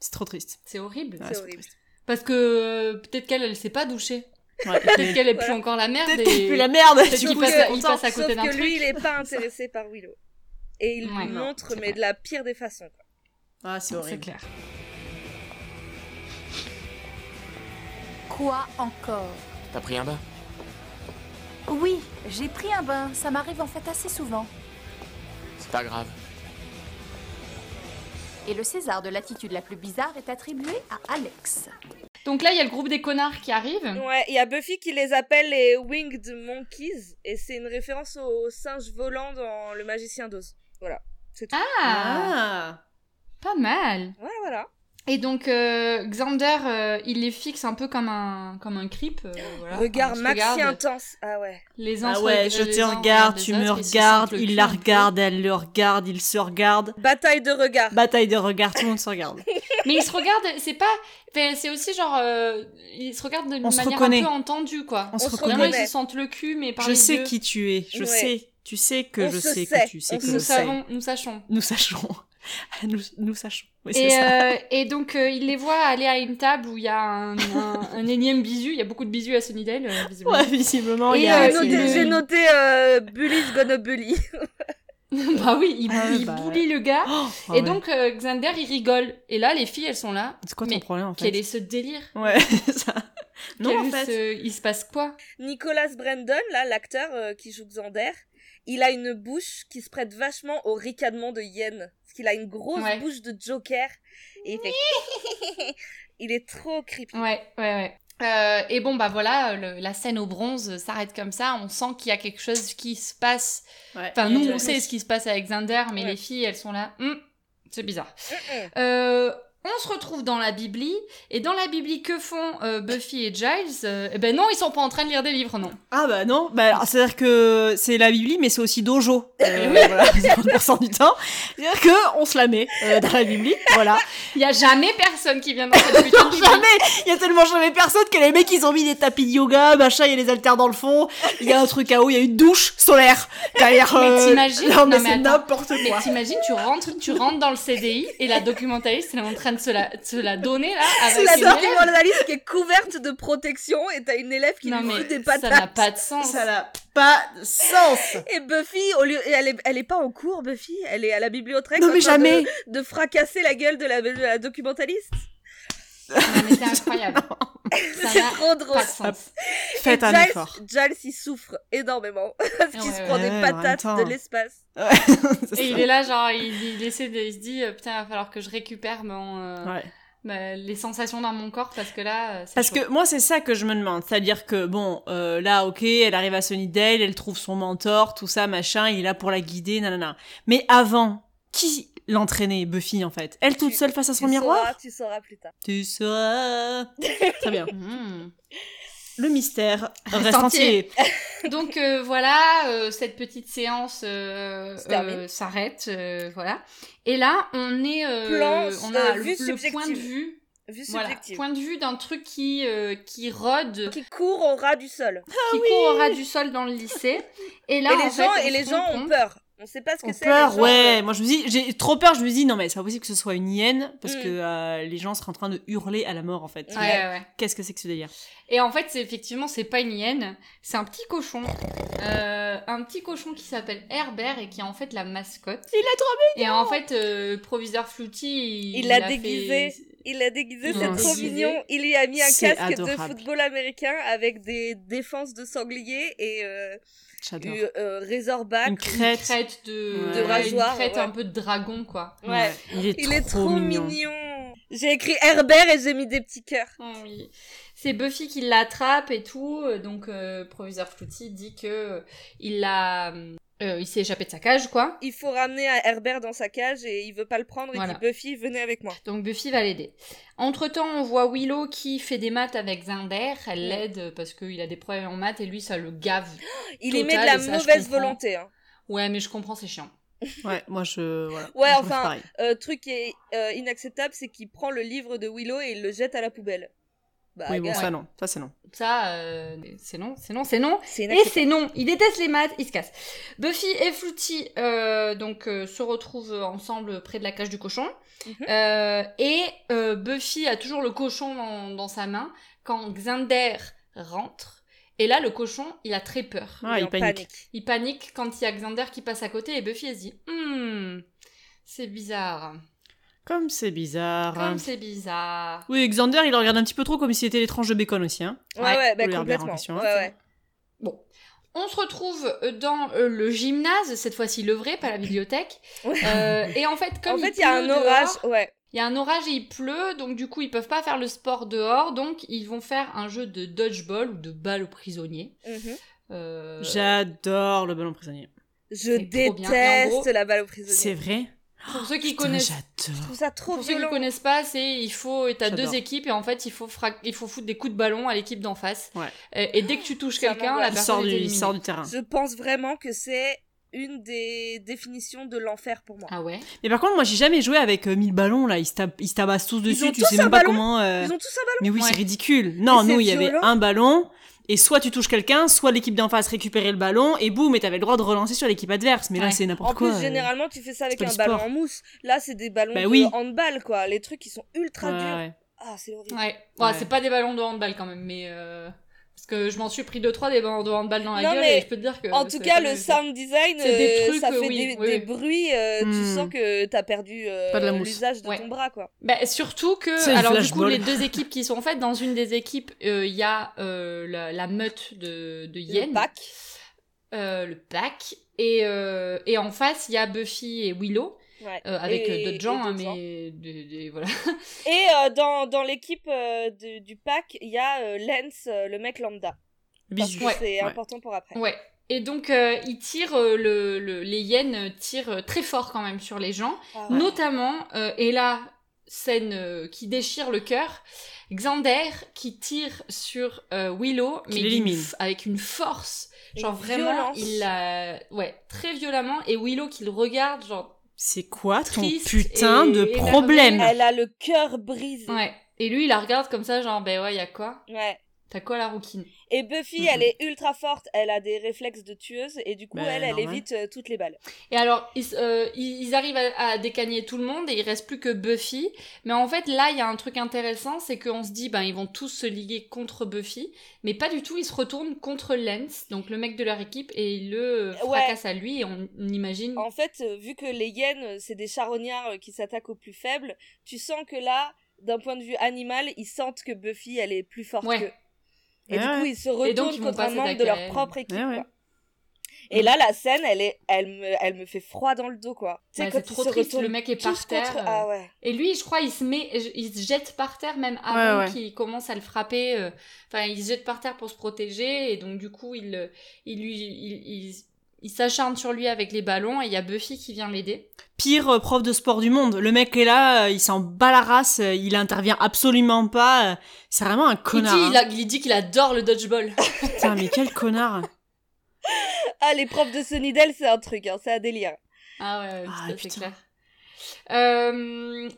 C'est trop triste.
C'est horrible.
Ouais,
C'est
trop
horrible.
triste.
Parce que euh, peut-être qu'elle, elle s'est pas [laughs] douchée.
Ouais, [laughs]
Peut-être qu'elle est plus
Voilà.
encore la merde.
Peut-être
et-
plus la merde.
peut-être
du
qu'il
coup,
passe
il est
à- il
content.
passe à
Sauf
côté d'un
que lui,
truc.
il est
[laughs]
pas intéressé par Willow. Et il
Ouais,
lui
non,
montre,
c'est
mais
vrai.
de la pire des façons. quoi.
Ah, c'est
C'est
horrible.
clair.
Quoi encore
T'as pris un bain
Oui, j'ai pris un bain. Ça m'arrive en fait assez souvent.
C'est pas grave.
Et le César de l'attitude la plus bizarre est attribué à Alex.
Donc là, il y a le groupe des connards qui arrive.
Ouais, il y a Buffy qui les appelle les Winged Monkeys, et c'est une référence aux singes volants dans Le Magicien d'Oz. Voilà.
Ah,
Ah
pas mal.
Voilà, voilà.
Et donc euh, Xander, euh, il les fixe un peu comme un comme un creep. euh, voilà.
Regarde,
Enfin, on se
Maxi
regarde,
intense. Ah ouais.
Les uns
Ah
se
ouais,
regardent-
je
les
te
uns
regarde,
regardent
tu
les
me
autres, ils se
regardes,
sentent le
il
cul
la
un peu.
regarde, elle le regarde, il se regarde.
Bataille de regard.
Bataille de regard, tout le monde se regarde.
Mais ils se regardent, c'est pas. enfin, C'est aussi genre. euh, ils se regardent d'une
On se
manière
reconnaît.
un peu entendue, quoi.
On se
On se
Vraiment,
reconnaît.
ils se sentent le cul, mais [laughs] par
Je
les
sais
yeux.
qui tu es, je
Ouais.
sais, tu sais que
On
je
se
sais
sait,
que tu sais
on
que
se
je
Nous
sais.
savons, nous sachons.
Nous sachons. [laughs] Nous, nous sachons. Oui, c'est
Et,
ça.
euh, et donc, euh, il les voit aller à une table où il y a un,
[laughs]
un- un énième bisu. Il y a beaucoup de bisus à Sunnydale, euh, visiblement.
Ouais, visiblement,
Et,
il y a.
J'ai
euh,
il y a-
noté,
le-
j'ai noté euh, Bully's gonna bully.
bah oui, il,
Ah ouais,
il
bah
bully le gars.
Oh, ah
et
ouais.
donc, euh, Xander, il rigole. Et là, les filles, elles sont là.
C'est quoi ton
mais
problème en fait
Quel est ce délire
[laughs] Ouais, ça. Non,
Quel
en
est
fait.
ce- Il se passe quoi
Nicolas Brandon, là, l'acteur euh, qui joue Xander, il a une bouche qui se prête vachement au ricanement de Yen. Parce qu'il a une grosse
Ouais.
bouche de Joker. Et il fait... [laughs] il est trop creepy.
Ouais, ouais, ouais. Euh, et bon, bah voilà, le- la scène au bronze euh, s'arrête comme ça. On sent qu'il y a quelque chose qui se passe.
Ouais.
Enfin,
Il y a
nous,
de-
on sait ce qui se passe avec Xander, mais
euh, Ouais.
les filles, elles sont là. Hum, c'est bizarre.
Mm-mm.
Euh, on se retrouve dans la Bibli. Et dans la Bibli, que font euh, Buffy et Giles Euh, Eh ben non, ils sont pas en train de lire des livres, non.
Ah bah non, bah, alors, c'est-à-dire que c'est la Bibli, mais c'est aussi dojo.
[laughs]
Euh, voilà, [laughs] 50% du temps. C'est-à-dire que on se la met euh, dans la Bibli, voilà.
Il y a jamais personne qui vient dans
[laughs]
cette putain
[laughs]
de Bibli.
Jamais Il y a tellement jamais personne que les mecs, ils ont mis des tapis de yoga, machin, il y a les haltères dans le fond, il y a un truc à eau, il y a une douche solaire derrière...
[laughs] Mais
euh,
t'imagines
Non mais,
Non, mais
c'est
attends.
n'importe
Mais
quoi
t'imagines, tu rentres, tu rentres dans le CDI et la documentaliste elle est en train de se la, de se la donner là avec
[laughs] C'est la
une élève.
documentaliste qui est couverte de protection et t'as une élève qui
Non
lui
mais
fout des
ça n'a
patates.
pas de sens.
Ça n'a pas de sens
Et Buffy, au lieu, et elle, est, elle est pas en cours, Buffy, elle est à la bibliothèque.
Non
en
mais
train
jamais
De, de fracasser la gueule de la, de la documentaliste.
Non, mais c'est
[laughs]
incroyable.
C'est
Ça n'a
trop drôle.
pas de sens.
Faites
Et
un
Giles-
effort.
Giles, il souffre énormément [laughs] parce qu'il se
Ouais,
prend
ouais,
des
ouais, en
patates
même temps.
de l'espace.
[laughs] C'est
Et
ça.
il est là genre il, il essaie de, il se dit euh, putain il va falloir que je récupère mon, euh,
Ouais.
bah, les sensations dans mon corps parce que là euh, c'est
Parce
chaud.
que moi, c'est ça que je me demande. C'est-à-dire que, bon, euh, là, ok, elle arrive à Sunnydale, elle trouve son mentor, tout ça, machin, il est là pour la guider, nanana. Mais avant, qui l'entraînait, Buffy, en fait Elle toute
Tu-
seule face à son
tu
miroir
sauras, tu sauras plus tard.
Tu [laughs] sauras. Très bien.
Mmh.
Le mystère reste
Reste
entier.
entier. Donc euh, voilà, euh, cette petite séance euh,
Se termine.
euh, s'arrête, euh, voilà. Et là, on est, euh,
Plan,
on
euh,
a le-
vue
le point de
subjective.
vue,
Vue
voilà,
subjective.
point de vue d'un truc qui euh, qui rôde, qui
Qui court au ras du sol.
court au ras du sol dans le lycée. Et là,
Ah et les
en fait,
gens,
on
et
se
les
rend
gens ont
compte-
peur. On sait pas ce que
Ont
c'est. les
peur,
gens euh,
ouais.
ont peur.
Moi, je me dis, j'ai trop peur. Je me dis, non, mais c'est pas possible que ce soit une hyène, parce
Mm.
que euh, les gens seraient en train de hurler à la mort, en fait.
Ouais, ouais, ouais.
Qu'est-ce que c'est que ce délire
Et en fait, c'est effectivement, c'est pas une hyène, c'est un petit cochon, Euh, un petit cochon qui s'appelle Herbert et qui est en fait la mascotte.
Il a trop
Et en fait, euh, proviseur Flouti, il
Il l'a
a fait-
déguisé. Il l'a déguisé,
Ils
c'est
l'ont
trop
déguisé.
mignon. Il lui a mis un
C'est
casque de
adorable.
football américain avec des défenses de sanglier et euh,
J'adore.
eu- euh, Razorback.
Une
une
crête.
crête de,
Ouais. De
rasoir,
une crête
ouais.
un peu de dragon quoi.
Ouais.
Il est,
Il
trop,
est trop
mignon.
mignon. J'ai écrit Herbert et j'ai mis des petits cœurs.
Oui. C'est Buffy qui l'attrape et tout, euh, donc euh, proviseur Flouti dit que euh, il l'a euh, il s'est échappé de sa cage quoi.
Il faut ramener à Herbert dans sa cage et il veut pas le prendre. Il
Voilà.
dit Buffy, venez avec moi.
Donc Buffy va l'aider. Entre-temps, on voit Willow qui fait des maths avec Zinder, elle l'aide parce qu'il a des problèmes en maths et lui ça le gave.
Il y met
Total,
de la
et ça, je
mauvaise
comprends.
volonté. hein.
Ouais, mais je comprends, c'est chiant.
Ouais, moi je. voilà.
Ouais,
Je
enfin,
préfère pareil.
Euh, truc qui est euh, inacceptable, c'est qu'il prend le livre de Willow et il le jette à la poubelle. Bah,
Oui, bon,
gars,
ça non. Ça, c'est non.
Ça euh, c'est non, c'est non, c'est non.
c'est
Et
inacceptable.
c'est non, il déteste les maths, il se casse. Buffy et Flouti euh, donc euh, se retrouvent ensemble près de la cage du cochon.
Mhm.
Euh, et euh, Buffy a toujours le cochon dans, dans sa main quand Xander rentre. Et là, le cochon, il a très peur.
Ah,
est
il
en
panique.
Il panique quand il y a Xander qui passe à côté et Buffy, elle se dit Hum, c'est bizarre.
Comme c'est
Ah.
bizarre. hein.
Comme c'est bizarre.
Oui, Xander, il le regarde un petit peu trop comme s'il était les tranches de bacon aussi. Hein.
Ouais, ouais, bah,
Willow Herbert en
complètement.
question, hein,
Ouais, ouais.
Bon. On se retrouve euh, dans euh, le gymnase, cette fois-ci le vrai, pas la
[laughs]
bibliothèque. Euh, et en fait, comme
en fait,
il
il y a
pleut
un
dehors,
orage, ouais.
Il y a un orage et il pleut, donc du coup ils peuvent pas faire le sport dehors, donc ils vont faire un jeu de dodgeball ou de balle aux prisonniers.
Mhm.
Euh,
J'adore le ballon prisonnier.
Je
trop bien. Et en
déteste
gros-
la balle aux
C'est
prisonniers.
vrai
pour ceux qui
Putain,
connaissent,
Je
j'adore.
trouve ça trop
pour ceux qui
violent.
connaissent pas, c'est il faut t'as
J'adore.
deux équipes et en fait il faut frac- il faut foutre des coups de ballon à l'équipe d'en face.
Ouais.
Et, et dès que tu touches
Ça
quelqu'un, la
m'angoisse.
Il sort,
personne
du,
est
il
éliminée.
sort du terrain.
Je pense vraiment que c'est une des définitions de l'enfer pour moi.
Ah ouais.
Mais par contre, moi, j'ai jamais joué avec 1000 ballons, là. Ils se, tapent- ils se tabassent tous dessus,
ont
tu
tous
sais
un
même pas
ballon
comment... euh,
Ils ont tous un ballon.
Mais oui,
Ouais.
c'est ridicule. Non,
Mais
nous,
c'est
il y avait
violent.
un ballon, et soit tu touches quelqu'un, soit l'équipe d'en face récupérait le ballon, et boum, et t'avais le droit de relancer sur l'équipe adverse. Mais là,
Ouais.
c'est
En
n'importe
plus,
quoi. euh.
généralement, tu fais ça avec
pas
un
du
ballon
sport.
en mousse. Là, c'est des ballons
Bah
de
oui.
handball, quoi. Les trucs qui sont ultra
Ouais,
durs.
ouais.
Ah, c'est horrible.
Ouais. Bon,
Ouais.
c'est pas des ballons de handball quand même, mais euh, parce que je m'en suis pris deux trois des ballons de handball dans la
Non,
gueule
mais
et je peux te dire que.
En tout
c'est
cas,
pas
le
même-
sound design,
C'est des
euh,
trucs,
ça
euh,
fait
oui,
des,
oui,
des
oui.
bruits. euh, Tu
Hmm.
sens que t'as perdu euh,
Pas de la mousse.
l'usage de
Ouais.
ton bras, quoi.
Bah, surtout que,
C'est le
alors du
flashball.
coup, les deux équipes qui sont faites, dans une des équipes, euh, il y a euh, la, la meute de, de hyènes.
Le pack.
Euh, le pack. Et, euh, et en face, il y a Buffy et Willow,
Ouais.
euh, avec
Et-
euh, d'autres gens,
et
hein,
d'autres gens.
mais des- des- voilà.
Et euh, dans, dans l'équipe euh, de- du pack, il y a euh, Lens, euh, le mec lambda. Parce
Bisous.
que
Ouais.
c'est important pour après.
Ouais. Et donc, euh, ils tirent, euh, le, le- les hyènes tirent euh, très fort quand même sur les gens,
Ah ouais.
notamment, euh, et là, scène euh, qui déchire le cœur, Xander qui tire sur euh, Willow,
Qui
mais
l'élimine.
d'une f- avec une force
Une
Genre vraiment,
violence.
il l'a... Ouais, très violemment. Et Willow qui le regarde, genre...
C'est quoi ton
Triste
putain
et
de
énervé.
problème
Elle a le cœur brisé.
Ouais. Et lui, il la regarde comme ça, genre, ben ouais, y a quoi
Ouais.
T'as quoi la rouquine
Et Buffy,
Mhm.
elle est ultra forte, elle a des réflexes de tueuse et du coup,
Bah,
elle, elle
normal.
évite euh, toutes les balles.
Et alors, ils, s- euh, ils ils arrivent à, à décagner tout le monde et il reste plus que Buffy. Mais en fait, là, il y a un truc intéressant, c'est qu'on se dit, ben, ils vont tous se liguer contre Buffy. Mais pas du tout, ils se retournent contre Lance, donc le mec de leur équipe, et ils le
Ouais.
fracassent à lui. Et on imagine...
En fait, euh, vu que les hyènes, euh, c'est des charognards euh, qui s'attaquent aux plus faibles, tu sens que là, d'un point de vue animal, ils sentent que Buffy, elle est plus forte
Ouais.
qu'eux. Et du
Ouais,
coup,
ouais.
ils se
Et donc,
retournent
ils vont
contre
pas
un membre de
s'attaquer à
leur
elle.
propre équipe.
Ouais, ouais.
quoi. Et là, la scène, elle, est, elle, me, elle me fait froid dans le dos, quoi. Tu sais,
Ouais,
quand
c'est
ils
trop
se
triste,
retournent
le mec est
tous
par terre.
contre-
euh,
Ah ouais.
Et lui, je crois, il se met, il se jette par terre même avant
Ouais, ouais.
qu'il commence à le frapper. euh, Enfin, il se jette par terre pour se protéger et donc du coup, il, euh, il lui, il, il- il s'acharne sur lui avec les ballons et il y a Buffy qui vient l'aider.
Pire euh, prof de sport du monde. Le mec est là, euh, il s'en bat la race, euh, il intervient absolument pas. euh, C'est vraiment un
Il dit,
connard.
il,
hein.
a- il dit qu'il adore le dodgeball.
Putain, mais quel connard.
Ah, les profs de Sunnydale, c'est un truc, hein, c'est un délire.
Ah ouais, ouais,
Ah,
tout à fait
putain.
clair. Euh,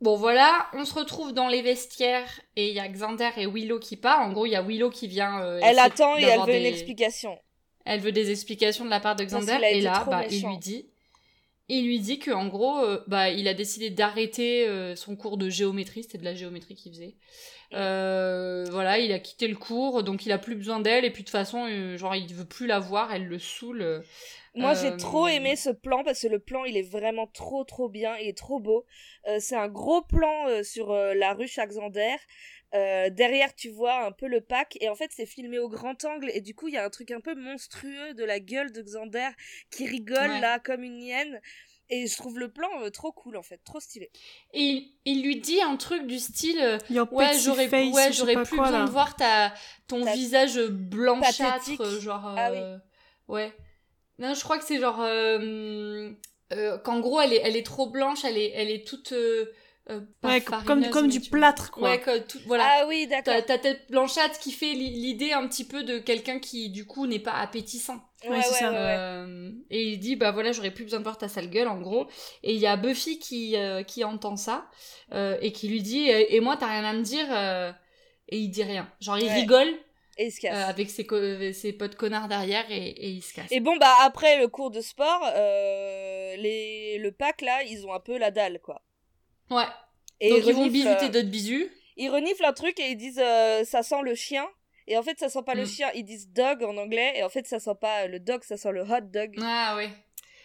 bon voilà, on se retrouve dans les vestiaires et il y a Xander et Willow qui partent. En gros, il y a Willow qui vient. euh,
Elle
essayer
attend et elle
d'avoir
veut une
des-
explication.
Elle veut des explications de la part de
Parce
Xander
qu'il a
et
été
là,
trop
bah, il
méchant.
lui dit, il lui dit que en gros, euh, bah, il a décidé d'arrêter euh, son cours de géométrie, c'était de la géométrie qu'il faisait. Euh, voilà, il a quitté le cours, donc il a plus besoin d'elle et puis de toute façon, euh, genre, il veut plus la voir, elle le saoule. euh.
Moi,
Euh,
j'ai trop aimé ce plan parce que le plan, il est vraiment trop, trop bien. Il est trop beau. Euh, c'est un gros plan euh, sur euh, la rue Chaxander. Euh, derrière, tu vois un peu le pack. Et en fait, c'est filmé au grand angle. Et du coup, il y a un truc un peu monstrueux de la gueule de Xander qui rigole
Ouais.
là comme une hyène. Et je trouve le plan euh, trop cool en fait, trop stylé.
Et il, il lui dit un truc du style, euh,
Your
ouais,
petit
j'aurais,
face,
ouais,
je sais
j'aurais
pas
plus
quoi,
besoin
là.
de voir ta, ton
Ta-
visage blanchâtre,
Pathétique.
euh, genre,
Ah oui.
euh, ouais. Non, je crois que c'est genre euh, euh, qu'en gros elle est, elle est trop blanche, elle est, elle est toute euh, euh, pas
Ouais, comme-
farineuse,
comme du
mais tu-
plâtre, quoi.
Ouais, comme tout- voilà.
Ah oui,
Ta,
d'accord.
ta tête blanchâtre qui fait l'i- l'idée un petit peu de quelqu'un qui du coup n'est pas appétissant.
Ouais, ouais,
c'est ça.
ouais, ouais.
Euh, et il dit bah voilà j'aurais plus besoin de voir ta sale gueule en gros. Et il y a Buffy qui euh, qui entend ça euh, et qui lui dit et, et moi t'as rien à me dire euh, et il dit rien. Genre il
Ouais.
rigole
Et il se
euh,
casse.
avec ses, co- ses potes connards derrière et, et il se casse.
Et bon, bah après le cours de sport, euh, les... le pack là, ils ont un peu la dalle quoi.
Ouais.
Et
Donc ils vont
reniflent, euh,
bizuter d'autres bisous.
ils reniflent un truc et ils disent euh, ça sent le chien et en fait ça sent pas le
Mm.
chien ils disent dog en anglais et en fait ça sent pas le dog ça sent le hot dog
Ah ouais.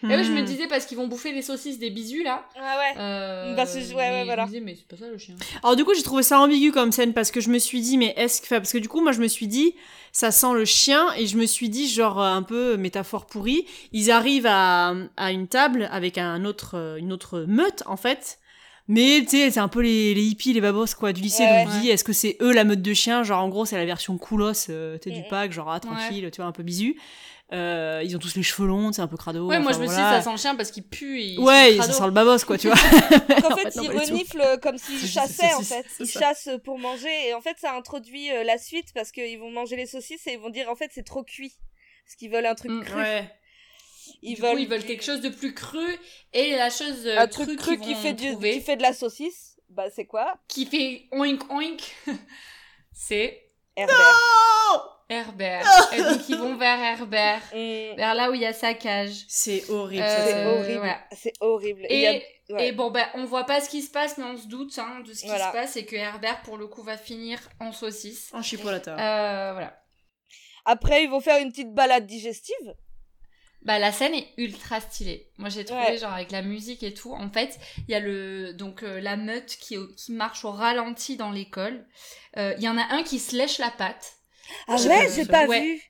Et oui, je me
Mm. Hmm.
disais parce qu'ils vont bouffer les saucisses des bisous là.
Ah
[laughs]
ouais.
Euh,
Bah, c'est- ouais, ouais,
mais
voilà.
Je me disais, mais c'est pas ça le chien.
Alors du coup, j'ai trouvé ça ambigu comme scène parce que je me suis dit, mais est-ce que... enfin, parce que du coup, moi, je me suis dit, ça sent le chien et je me suis dit, genre, euh, un peu métaphore pourrie, ils arrivent à, à une table avec un autre, euh, une autre meute, en fait. Mais tu sais, c'est un peu les, les hippies, les babos, quoi, du
Eh
lycée.
Ouais,
donc je dis, est-ce que c'est eux la meute de chiens Genre, en gros, c'est la version coolos euh, tu sais, du
Eh.
Mm.
pack, genre, ah, tranquille, tu vois, un peu bisu. Euh, ils ont tous les cheveux longs, c'est un peu crado.
ouais, moi
enfin,
je me suis dit,
voilà.
ça sent le chien parce qu'il pue et il
Ouais,
sent
ça
crado.
sent le babos, quoi, tu vois.
[laughs]
en
En
fait,
fait, non,
ils
pas du tout.
reniflent euh, comme s'ils
C'est-
chassaient,
c'est-
en
c'est-
fait.
c'est
Ils
ça.
chassent pour manger. Et en fait, ça introduit euh, la suite parce qu'ils vont manger les saucisses et ils vont dire, en fait, c'est trop cuit. Parce qu'ils veulent un truc
Mm.
cru.
Ouais.
Ils
du
veulent,
coup, ils veulent quelque chose de plus cru et la chose euh,
Un truc cru
qu'ils
qui
vont
fait, du,
trouver,
qui fait de la saucisse. Bah, c'est quoi
qui fait oink oink, [laughs] c'est
Herbert.
Herbert.
[laughs]
et donc ils vont vers Herbert,
Mm.
vers là où il y a sa cage.
C'est horrible,
Euh,
ça,
C'est
c'est
horrible.
voilà.
C'est horrible. il
Et,
y a- ouais.
et bon, ben on voit pas ce qui se passe, mais on se doute hein, de ce qui
Voilà.
se passe et que Herbert, pour le coup, va finir en saucisse.
en chipolata.
Euh, voilà.
Après, ils vont faire une petite balade digestive.
Bah, la scène est ultra stylée. Moi, j'ai trouvé,
Ouais.
genre, avec la musique et tout. En fait, il y a le, donc, euh, la meute qui, est au- qui marche au ralenti dans l'école. Euh, Il y en a un qui se lèche la patte.
Ah
J'ai
ouais,
pas vu
j'ai
ça.
pas
Ouais.
vu.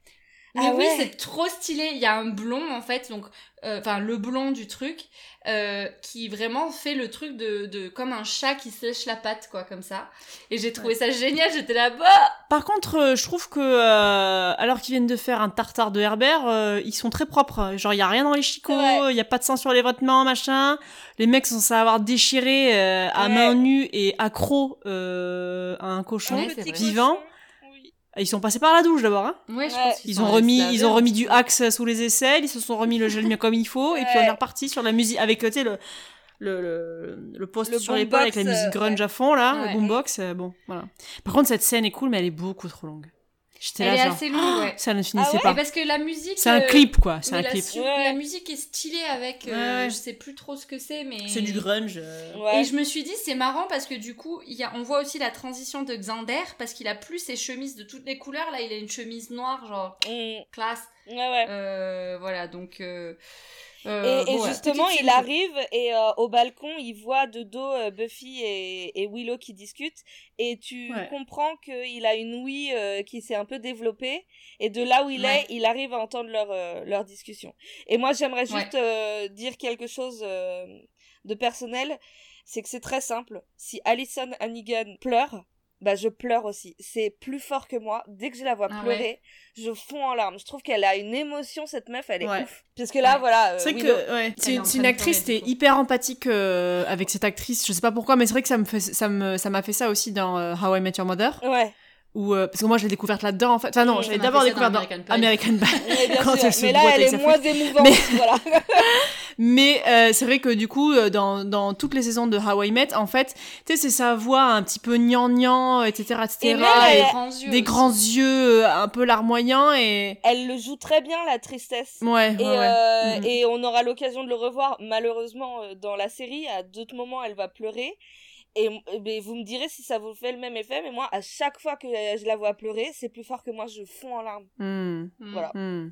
Mais
Ah
oui,
ouais.
c'est trop stylé. Il y a un blond, en fait, donc, euh, enfin, le blond du truc, euh, qui vraiment fait le truc de, de, comme un chat qui se lèche la patte, quoi, comme ça. Et j'ai trouvé ça génial. J'étais bah là-bas.
Par contre, euh, je trouve que euh, alors qu'ils viennent de faire un tartare de Herbert, euh, ils sont très propres. Genre, il y a rien dans les chicots,
C'est
il y a pas de sang sur les vêtements, machin. Les mecs sont censés avoir déchiré euh, à
Ouais.
main nue et accro euh, à un cochon.
Ouais,
Un
c'est
petit
vrai.
Vivant.
cochon. Oui.
Ils sont passés par la douche d'abord. Hein.
Ouais, je
Ouais.
pense qu'ils
Ils
sont
ont
allés
remis,
se laver.
ils ont remis du axe sous les aisselles, ils se sont remis le gel bien comme il faut, et puis on
Ouais.
est reparti sur la musique avec euh, tu sais le le, le, le poste
Le
sur l'épaule avec la
boombox,
musique
euh,
grunge à fond là,
Ouais.
le boombox. euh, bon, voilà. Par contre, cette scène est cool, mais elle est beaucoup trop longue. J'étais là
Elle est
genre,
assez
[gasps]
longue, Ah ouais. bah,
ça ne finissait
ouais
Et
pas.
parce que la musique.
C'est un
euh,
clip quoi, c'est
mais
un
la,
clip.
su-
Ouais.
la musique est stylée avec. euh,
Ouais, ouais.
Je sais plus trop ce que c'est, mais.
grunge. euh.
Ouais.
Et je me suis dit, c'est marrant parce que du coup, il y a, on voit aussi la transition de Xander parce qu'il a plus ses chemises de toutes les couleurs. Là, il a une chemise noire, genre
Mm.
classe.
Ouais, ouais.
Euh, voilà, donc. euh,
Et,
euh,
et
bon, voilà.
justement,
Petite
il
scène de-
arrive et euh, au balcon, il voit de dos euh, Buffy et, et Willow qui discutent. Et tu
Ouais.
comprends qu'il a une ouïe euh, qui s'est un peu développée. Et de là où il
Ouais.
est, il arrive à entendre leur, euh, leur discussion. Et moi, j'aimerais
Ouais.
juste euh, dire quelque chose euh, de personnel. C'est que c'est très simple. Si Allison Hannigan pleure, bah je pleure aussi. C'est plus fort que moi. Dès que je la vois
Ah
pleurer, je fonds en larmes. Je trouve qu'elle a une émotion, cette meuf, elle est
Ouais.
ouf. Parce que là,
Ouais.
voilà. euh,
C'est vrai
Willow-
que ouais,
Elle
c'est
est
une,
en
c'est
train
une
de
actrice,
pleurer,
t'es
du coup.
hyper empathique euh, avec cette actrice. Je sais pas pourquoi, mais c'est vrai que ça me fait, ça me, ça m'a fait ça aussi dans euh, How I Met Your Mother.
Ouais.
[laughs] Ou euh, parce que moi je l'ai découverte là-dedans en fait. Enfin non,
Oui,
je
on
l'ai
a
d'abord
fait ça dans
découverte dans American
American Pie.
Pie.
[laughs] Mais bien
Quand
sûr.
elle se
Mais là,
boite
elle
avec
est
sa
moins émouvante. [laughs]
[laughs]
Voilà.
Mais euh, c'est vrai que du coup euh, dans, dans toutes les saisons de How I Met, en fait, tu sais c'est sa voix un petit peu gnangnan, etc.,
Et
etc.
même,
des
elle-
et
grands
des
yeux. aussi.
grands yeux euh, un peu larmoyants et
Elle le joue très bien, la tristesse.
ouais. ouais,
Et,
ouais.
euh,
Mhm.
et on aura l'occasion de le revoir, malheureusement, euh, dans la série. À d'autres moments, elle va pleurer. Et euh, mais vous me direz si ça vous fait le même effet. Mais moi, à chaque fois que euh, je la vois pleurer, c'est plus fort que moi, je fonds en larmes.
Hmm,
Mm.
Voilà.
hmm.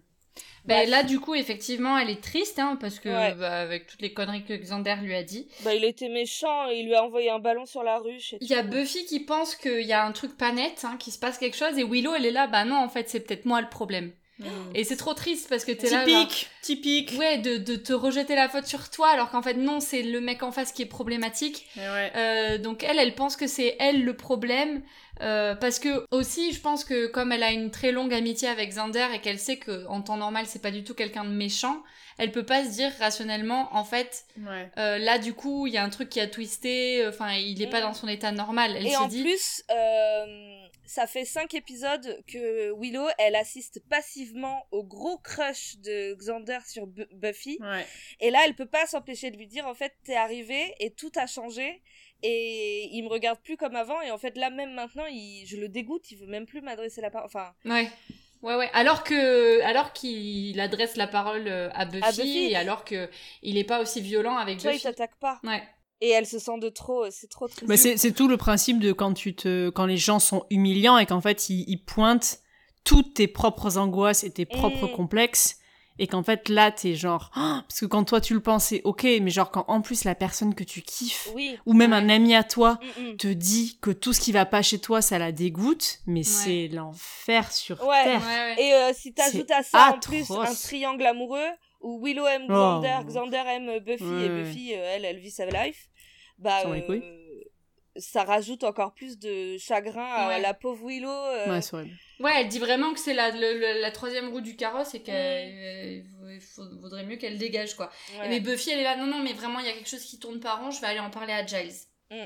Ben,
Bref.
là, du coup, effectivement, elle est triste hein, parce que,
Ouais.
bah, avec toutes les conneries que Xander lui a dit.
Bah, il était méchant et il lui a envoyé un ballon sur la ruche. Et
Il y a Buffy qui pense qu'il y a un truc pas net, hein, qu'il se passe quelque chose, et Willow, elle est là, bah non, en fait, c'est peut-être moi le problème.
Mm.
Et c'est trop triste parce que t'es là. genre,
Typique, typique.
Ouais, de, de te rejeter la faute sur toi, alors qu'en fait, non, c'est le mec en face qui est problématique.
Et ouais.
Euh, donc, elle, elle pense que c'est elle le problème. euh, parce que, aussi, je pense que comme elle a une très longue amitié avec Xander et qu'elle sait que en temps normal, c'est pas du tout quelqu'un de méchant, elle peut pas se dire rationnellement, en fait,
ouais.
euh, là, du coup, il y a un truc qui a twisté, enfin, il est pas dans son état normal. Elle
Et
se
en
dit.
plus, euh, ça fait cinq épisodes que Willow, elle assiste passivement au gros crush de Xander sur Bu- Buffy.
Ouais.
Et là, elle peut pas s'empêcher de lui dire, en fait, t'es arrivé et tout a changé. Et il me regarde plus comme avant. Et en fait, là, même maintenant, il- je le dégoûte. Il veut même plus m'adresser la parole. Enfin,
Ouais. Ouais, ouais. Alors que, alors qu'il adresse la parole euh, à Buffy,
À Buffy.
et alors que il est pas aussi violent avec
toi, il
Buffy.
t'attaque pas.
Ouais.
Et elle se sent de trop. C'est trop triste.
Bah, c'est, c'est tout le principe de quand tu te, quand les gens sont humiliants et qu'en fait ils, ils pointent toutes tes propres angoisses et tes propres
Mm.
complexes Et qu'en fait, là, t'es genre. [gasps] Ah parce que quand toi, tu le penses, c'est ok, mais genre, quand en plus la personne que tu kiffes,
Oui.
ou même un ami à toi,
Mm, mm.
te dit que tout ce qui va pas chez toi, ça la dégoûte, mais c'est l'enfer sur
Ouais.
terre.
Ouais, ouais.
Et euh, si t'ajoutes à ça en plus
atroce.
un triangle amoureux où Willow aime Xander,
Oh.
Xander aime euh, Buffy et
Ouais.
Buffy, euh, elle, elle vit sa life, bah
Sans les
euh,
couilles.
ça rajoute encore plus de chagrin à
Ouais.
la pauvre Willow. euh,
Ouais, c'est horrible.
Ouais, elle dit vraiment que c'est la, le- le- la troisième roue du carrosse et qu'il vaudrait mieux qu'elle dégage, quoi.
Mm. ouais.
Mais Buffy, elle est là, non, non, mais vraiment, il y a quelque chose qui tourne pas rond, je vais aller en parler à Giles.
Mm.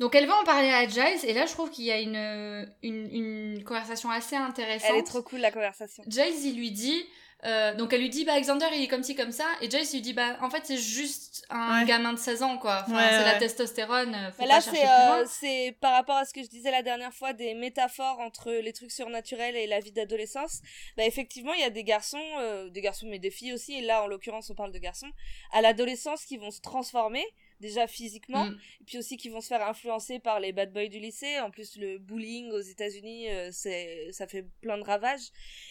Donc elle va en parler à Giles, et là, je trouve qu'il y a une, euh, une, une conversation assez intéressante.
Elle est trop cool la conversation.
Giles, il lui dit... euh, donc elle lui dit, bah, Alexander, il est comme ci, comme ça. Et Giles, il lui dit, bah, en fait, c'est juste un
Ouais.
gamin de 16 ans, quoi. Enfin,
Ouais,
c'est la
ouais.
testostérone, euh, faut
Mais
pas
là,
chercher
c'est
plus loin.
euh, c'est par rapport à ce que je disais la dernière fois des métaphores entre les trucs surnaturels et la vie d'adolescence. Bah effectivement, il y a des garçons, euh, des garçons mais des filles aussi. Et là, en l'occurrence, on parle de garçons à l'adolescence qui vont se transformer déjà physiquement,
Mm.
et puis aussi qui vont se faire influencer par les bad boys du lycée. En plus, le bullying aux États-Unis, euh, c'est ça fait plein de ravages.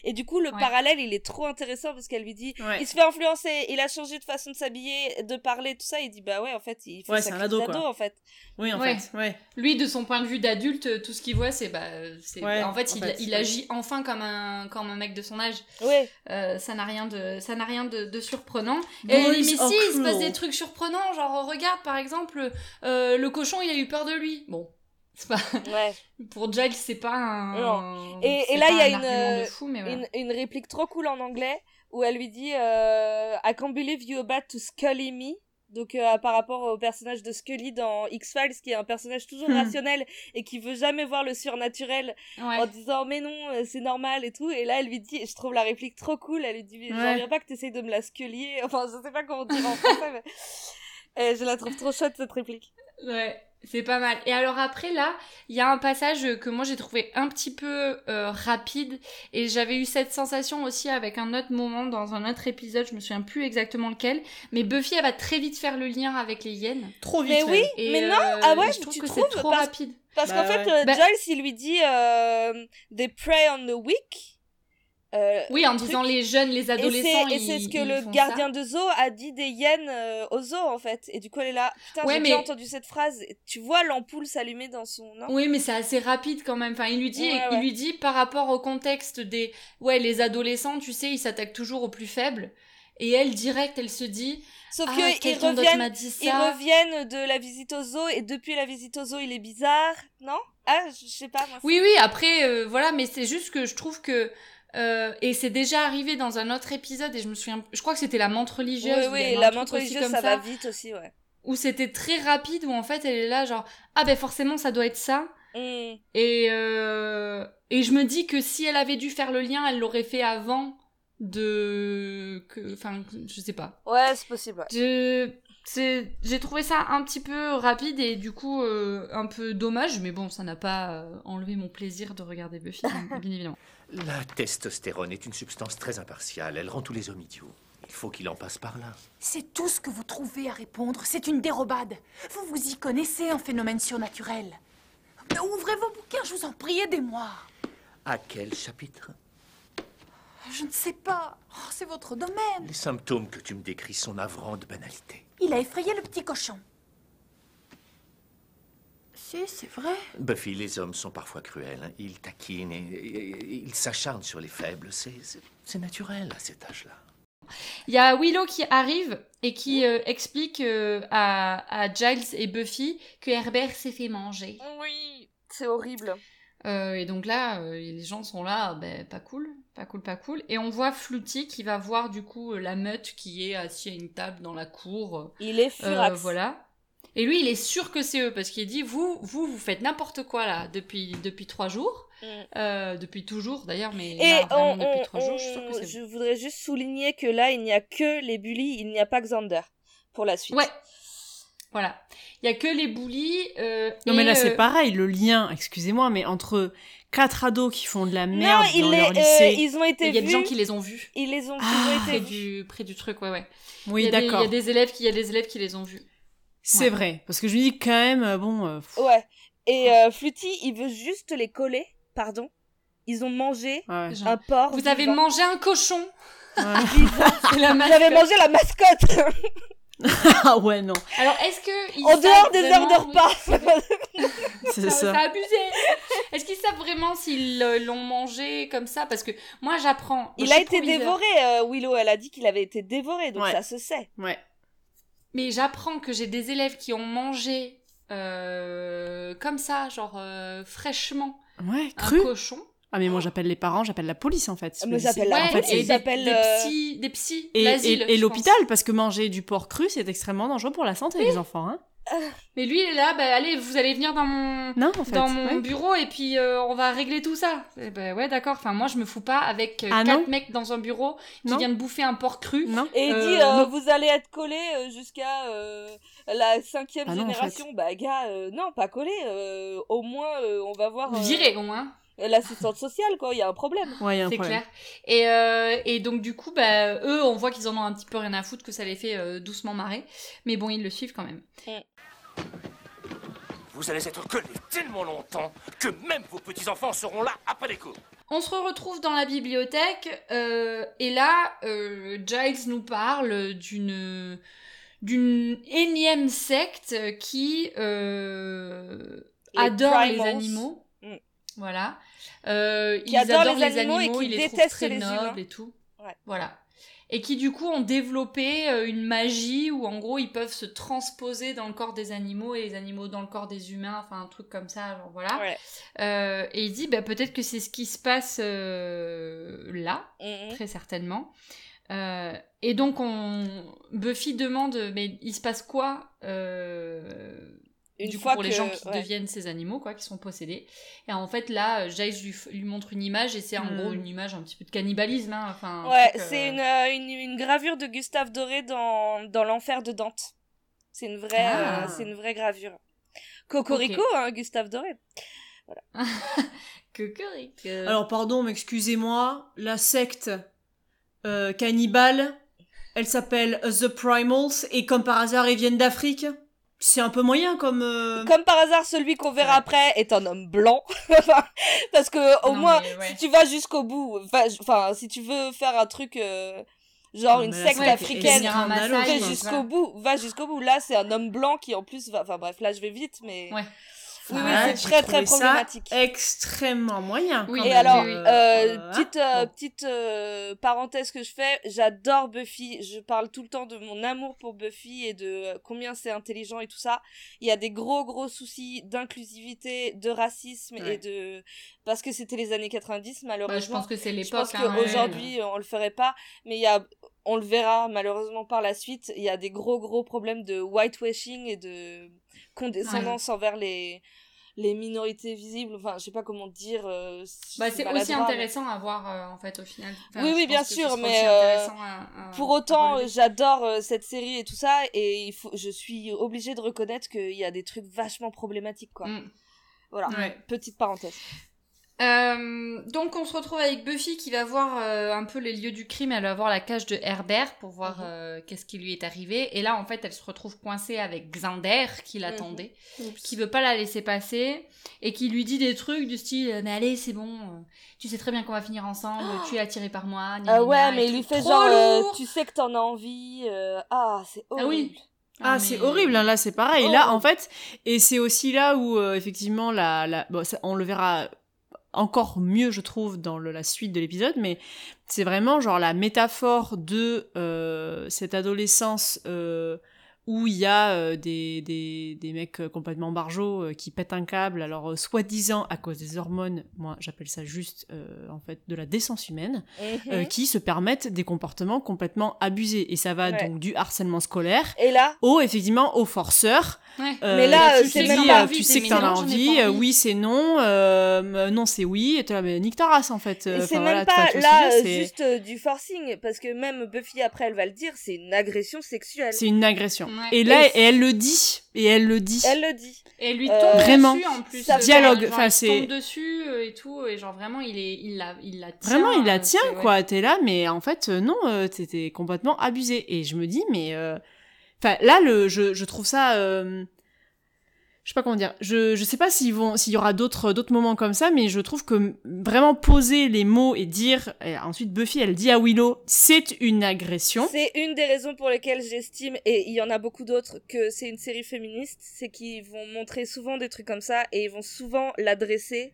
Et du coup, le
Ouais.
parallèle, il est trop intéressant parce qu'elle lui dit
Ouais.
il se fait influencer, il a changé de façon de s'habiller, de parler, tout ça. Il dit bah ouais, en fait, il fait
Ouais,
sa
c'est un
crise
ado, quoi.
d'ado, en fait.
Oui, en
Ouais.
fait. Ouais.
Lui, de son point de vue d'adulte, euh, tout ce qu'il voit, c'est bah, euh, c'est
Ouais,
en fait,
en
il,
fait,
il
ouais.
agit enfin comme un comme un mec de son âge.
[laughs]
Ouais.
Euh, ça n'a rien de ça n'a rien de, de surprenant. Et
Boys
elle dit, mais
are
si, il se passe
cruel.
des trucs surprenants, genre regarde par exemple euh, le cochon, il a eu peur de lui. Bon, c'est pas [laughs]
Ouais.
pour Giles, c'est pas un.
Et-
c'est
et là,
pas
il y a
un
une,
argument de
euh,
fou, mais voilà.
une, une réplique trop cool en anglais où elle lui dit euh, I can't believe you about to scully me. Donc euh, par rapport au personnage de Scully dans X-Files qui est un personnage toujours
Hmm.
rationnel et qui veut jamais voir le surnaturel en
Ouais.
disant mais non euh, c'est normal et tout et là elle lui dit et je trouve la réplique trop cool elle lui dit mais j'en
Ouais.
reviens pas que t'essayes de me la scullier [laughs] enfin je sais pas comment dire en français mais [laughs] Euh, je la trouve trop chouette cette réplique
Ouais, c'est pas mal. Et alors après, là, il y a un passage euh, que moi j'ai trouvé un petit peu euh, rapide et j'avais eu cette sensation aussi avec un autre moment dans un autre épisode, je me souviens plus exactement lequel, mais Buffy, elle va très vite faire le lien avec les hyènes.
Trop vite.
mais oui
même.
Et,
mais non
euh,
ah ouais,
je trouve
tu
que c'est
trouves
trop
Parce-
rapide.
Parce
Bah
qu'en
ouais.
fait, euh,
Bah-
Giles, il lui dit euh, They prey on the weak. Euh,
Oui, en
truc.
disant les jeunes, les
et
adolescents,
c'est- et c'est ce
ils-
que
ils
le
font
gardien de zoo a dit des hyènes euh, aux zoos, en fait. Et du coup, elle est là. Putain,
Ouais,
j'ai
mais-
déjà entendu cette phrase. Tu vois l'ampoule s'allumer dans son. Non
Oui, mais c'est assez rapide quand même. Enfin, il lui dit,
hein. Ouais,
il
ouais.
lui dit par rapport au contexte des, ouais, les adolescents, tu sais, ils s'attaquent toujours aux plus faibles. Et elle, direct, elle se dit,
Sauf
ah,
que qu'ils
quelqu'un d'autre m'a
reviennent,
dit ça.
ils reviennent de la visite au zoo. Et depuis la visite au zoo, il est bizarre. Non Ah, je je sais pas. Moi,
Oui, oui, après, euh, voilà, mais c'est juste que je trouve que. euh, et c'est déjà arrivé dans un autre épisode, et je me souviens. Je crois que c'était la menthe
oui,
religieuse. ou il y avait
oui,
un
la
truc
montre
aussi
religieuse,
comme
ça va vite aussi, ouais.
Où c'était très rapide, où en fait elle est là, genre, ah ben forcément ça doit être ça.
Hmm.
Et, euh, et je me dis que si elle avait dû faire le lien, elle l'aurait fait avant de. que- Enfin, je sais pas.
Ouais, c'est possible. ouais.
Je- c'est- J'ai trouvé ça un petit peu rapide et du coup euh, un peu dommage, mais bon, ça n'a pas euh, enlevé mon plaisir de regarder Buffy, bien bien évidemment.
La testostérone est une substance très impartiale. Elle rend tous les hommes idiots. Il faut qu'il en passe par là.
C'est tout ce que vous trouvez à répondre. C'est une dérobade. Vous vous y connaissez en phénomène surnaturel. Ouvrez vos bouquins, je vous en prie, aidez-moi.
À quel chapitre
Je ne sais pas. Oh, c'est votre domaine.
Les symptômes que tu me décris sont navrants de banalité.
Il a effrayé le petit cochon. Si, c'est vrai.
Buffy, les hommes sont parfois cruels. hein. Ils taquinent et, et- et- ils s'acharnent sur les faibles. C'est- C'est c'est naturel à cet âge-là.
Il y a Willow qui arrive et qui euh, explique euh, à, à Giles et Buffy que Herbert s'est fait manger.
Oui, c'est horrible.
Euh, et donc là, euh, les gens sont là, ben, pas cool, pas cool, pas cool. Et on voit Fluty qui va voir du coup euh, la meute qui est assis à une table dans la cour.
Il est
Euh,
furax.
voilà. Et lui, il est sûr que c'est eux parce qu'il dit vous, vous, vous faites n'importe quoi là depuis depuis trois jours,
Mm.
Euh, depuis toujours d'ailleurs, mais
Et
là, vraiment,
on,
depuis
on-
trois jours, je suis
on-
sûre que c'est
je voudrais juste souligner que là, il n'y a que les bullies, il n'y a pas Xander pour la suite.
Ouais. Voilà. Il y a que les bullies. euh,
Non,
et,
mais là, c'est
euh,
pareil. Le lien, excusez-moi, mais entre quatre ados qui font de la
Non,
merde
il
dans
les-
leur
euh,
lycée.
ils ont été
Il y a des
vus,
gens qui les ont vus.
ils les ont, ils
Ah,
ont
Près
été vus.
du, près du truc, ouais, ouais. Il y
Oui,
a des- Il
d'accord.
y a des élèves qui, il y a des élèves qui les ont vus.
C'est
Ouais.
vrai. Parce que je me dis quand même, euh, bon. euh, pff,
Ouais. Et
Oh.
euh, Fluty, il veut juste les coller, pardon. Ils ont mangé
ouais.
Genre, [laughs]
un porc.
Vous avez
vivant. [laughs]
mangé un cochon. C'est la
J'avais
mascotte.
mangé la mascotte
[laughs] Ah ouais, non,
Alors, est-ce que. ils
en dehors
savent
des heures
vraiment-
de repas.
c'est
Ah,
ça.
T'as abusé. [laughs] Est-ce qu'ils savent vraiment s'ils euh, l'ont mangé comme ça Parce que moi, j'apprends.
[laughs] Il
Je
a
suis
été
proviseur.
dévoré, euh, Willow. Elle a dit qu'il avait été dévoré, donc
Ouais.
ça se sait.
Ouais.
Mais j'apprends que j'ai des élèves qui ont mangé euh, comme ça, genre euh, fraîchement,
Ouais, cru.
un cochon.
Ah mais moi j'appelle les parents, j'appelle la police en fait. Je
Mais
me dis,
j'appelle
c'est-
la
en fait,
police,
c'est-
et des,
s'appelle,
des
euh,
psys, des psys,
et,
l'asile,
et- et
je pense.
l'hôpital parce que manger du porc cru c'est extrêmement dangereux pour la santé des enfants. Hein.
Mais lui, il est là, bah, allez, vous allez venir dans mon,
Non en fait.
dans mon
ouais.
bureau et puis euh, on va régler tout ça. Eh ben ouais, d'accord. Enfin, moi, je me fous pas avec euh,
Ah, non
quatre mecs dans un bureau qui
Non.
viennent bouffer un porc cru.
Non.
Et il
Euh,
dit euh,
non.
vous allez être collé euh, jusqu'à euh, la cinquième
Ah non, en
génération. Bah gars, euh, non, pas collé. euh, au moins, euh, on va voir euh,
Virez, bon, hein.
l'assistante sociale, quoi. Il y a
[laughs]
un problème.
Ouais, y a un
C'est
problème.
clair. Et, euh, et donc, du coup, bah, eux, on voit qu'ils en ont un petit peu rien à foutre, que ça les fait euh, doucement marrer. Mais bon, ils le suivent quand même.
Vous allez être collés tellement longtemps que même vos petits-enfants seront là après les cours.
On se retrouve dans la bibliothèque, euh, et là, euh, Giles nous parle d'une d'une énième secte qui euh,
Les
adore les
primals.
animaux.
Mm.
Voilà. Euh,
Qui
ils
adorent
adorent
les
les
animaux
animaux,
et qui
ils les trouvent
détestent
très
les
nobles
humains.
et tout.
Ouais.
Voilà. Et qui du coup ont développé euh, une magie où en gros ils peuvent se transposer dans le corps des animaux et les animaux dans le corps des humains, enfin un truc comme ça, genre voilà.
Ouais.
Euh, et il dit bah, peut-être que c'est ce qui se passe euh, là,
Mhm.
très certainement. Euh, et donc on... Buffy demande mais il se passe quoi euh,
Une
du coup,
fois
pour les
que-
gens qui
ouais.
deviennent ces animaux, quoi, qui sont possédés. Et en fait, là, euh, Giles lui, f- lui montre une image, et c'est en
Hmm.
gros une image un petit peu de cannibalisme. hein, Enfin, un
Ouais,
truc, euh,
c'est une, euh, une, une gravure de Gustave Doré dans, dans l'enfer de Dante. C'est une vraie,
Ah.
euh, c'est une vraie gravure. Cocorico, hein, Gustave Doré.
Cocorico.
Euh, Alors pardon, mais excusez-moi, la secte euh, cannibale, elle s'appelle The Primals et comme par hasard ils viennent d'Afrique. C'est un peu moyen comme. euh,
Comme par hasard, celui qu'on verra après est un homme blanc. [laughs] Enfin, Parce que au
Non,
moins,
mais ouais.
si tu vas jusqu'au bout, enfin, j- enfin, si tu veux faire un truc euh, genre
Non,
une
mais la
secte
secte est
africaine,
extrêmement
Maasai,
fais
quoi.
jusqu'au bout, va jusqu'au bout. Là, c'est un homme blanc qui en plus va. Enfin bref, là, je vais vite, mais
Ouais.
oui, oui,
Ah,
c'est
j'ai
très très
trouvé ça
problématique.
Extrêmement moyen.
Oui,
quand
et
même.
alors,
Euh,
Euh,
voilà.
petite euh,
Bon.
petite euh, parenthèse que je fais, j'adore Buffy. Je parle tout le temps de mon amour pour Buffy et de euh, combien c'est intelligent et tout ça. Il y a des gros gros soucis d'inclusivité, de racisme
Ouais.
et de parce que c'était les années 90 malheureusement.
Bah, je pense que c'est
Je pense
l'époque. hein, ouais.
qu'aujourd'hui euh, on le ferait pas, mais il y a on le verra malheureusement par la suite, il y a des gros gros problèmes de whitewashing et de condescendance envers les les minorités visibles, enfin je sais pas comment dire. euh, si
Bah,
c'est
c'est aussi
maladroit, mais-
intéressant à voir, euh, en fait, au final. Enfin,
Oui,
je
oui,
pense
bien
que ce
sûr,
sera aussi
mais, euh,
intéressant à- à-
Pour
à
autant,
relever.
euh, j'adore euh, cette série et tout ça, et il faut, je suis obligée de reconnaître qu'il y a des trucs vachement problématiques, quoi.
Mm.
Voilà.
Ouais.
Petite parenthèse.
Euh, donc on se retrouve avec Buffy qui va voir euh, un peu les lieux du crime, elle va voir la cage de Herbert pour voir
Mhm.
euh, qu'est-ce qui lui est arrivé. Et là en fait elle se retrouve coincée avec Xander qui
Mhm.
l'attendait, qui veut pas la laisser passer et qui lui dit des trucs du style mais allez c'est bon, euh, tu sais très bien qu'on va finir
[gasps]
ensemble, tu es attiré par moi. gna,
Ah
gna,
ouais,
gna,
mais
et
il lui
tout.
fait
Trop
genre, euh,
lourd
tu sais que t'en as envie, euh, ah, c'est horrible.
oui.
Ah,
mais-
c'est horrible, hein, là c'est pareil.
Oh.
Là en fait, et c'est aussi là où euh, effectivement, la, la... Bon, ça, on le verra encore mieux, je trouve, dans le- la suite de l'épisode, mais c'est vraiment genre la métaphore de euh, cette adolescence euh, où il y a euh, des, des, des mecs euh, complètement barjots euh, qui pètent un câble, alors euh, soi-disant à cause des hormones, moi j'appelle ça juste euh, en fait de la décence humaine
Mhm.
euh, qui se permettent des comportements complètement abusés. Et ça va
Ouais.
donc du harcèlement scolaire
Et là,
au, effectivement, au forceur.
Ouais.
Euh,
Mais
tu
là, euh,
te
c'est
dis,
même pas
euh,
envie,
Tu
c'est
sais que t'en as
mélange, j'en ai
envie,
pas
euh,
envie.
oui, c'est non, euh, non, c'est oui, et t'es là, mais nique ta race, en fait. euh,
et
Enfin,
c'est
voilà,
même
t'as
pas
ton
là
sujet,
euh,
c'est-
juste euh, du forcing, parce que même Buffy après elle va le dire, c'est une agression sexuelle.
C'est une agression.
Ouais.
Et là,
Et
et elle le dit. Et elle le dit.
Elle le dit.
Et lui
Euh,
tombe
vraiment,
dessus en plus.
ça
euh,
dialogue,
genre,
enfin,
il
c'est-
tombe dessus euh, et tout et genre vraiment il est il la il la tient.
Vraiment, il la
euh,
tient,
c'est- ouais.
quoi. T'es là, mais en fait, euh, non, euh, t'étais complètement abusé. Et je me dis, mais. euh, Enfin, là, le, je, je trouve ça. euh, je sais pas comment dire. Je, je sais pas s'ils vont, s'il y aura d'autres, euh, d'autres moments comme ça, mais je trouve que m- vraiment poser les mots et dire, et ensuite Buffy, elle dit à Willow, c'est une agression.
C'est une des raisons pour lesquelles j'estime, et il y en a beaucoup d'autres, que c'est une série féministe, c'est qu'ils vont montrer souvent des trucs comme ça et ils vont souvent l'adresser.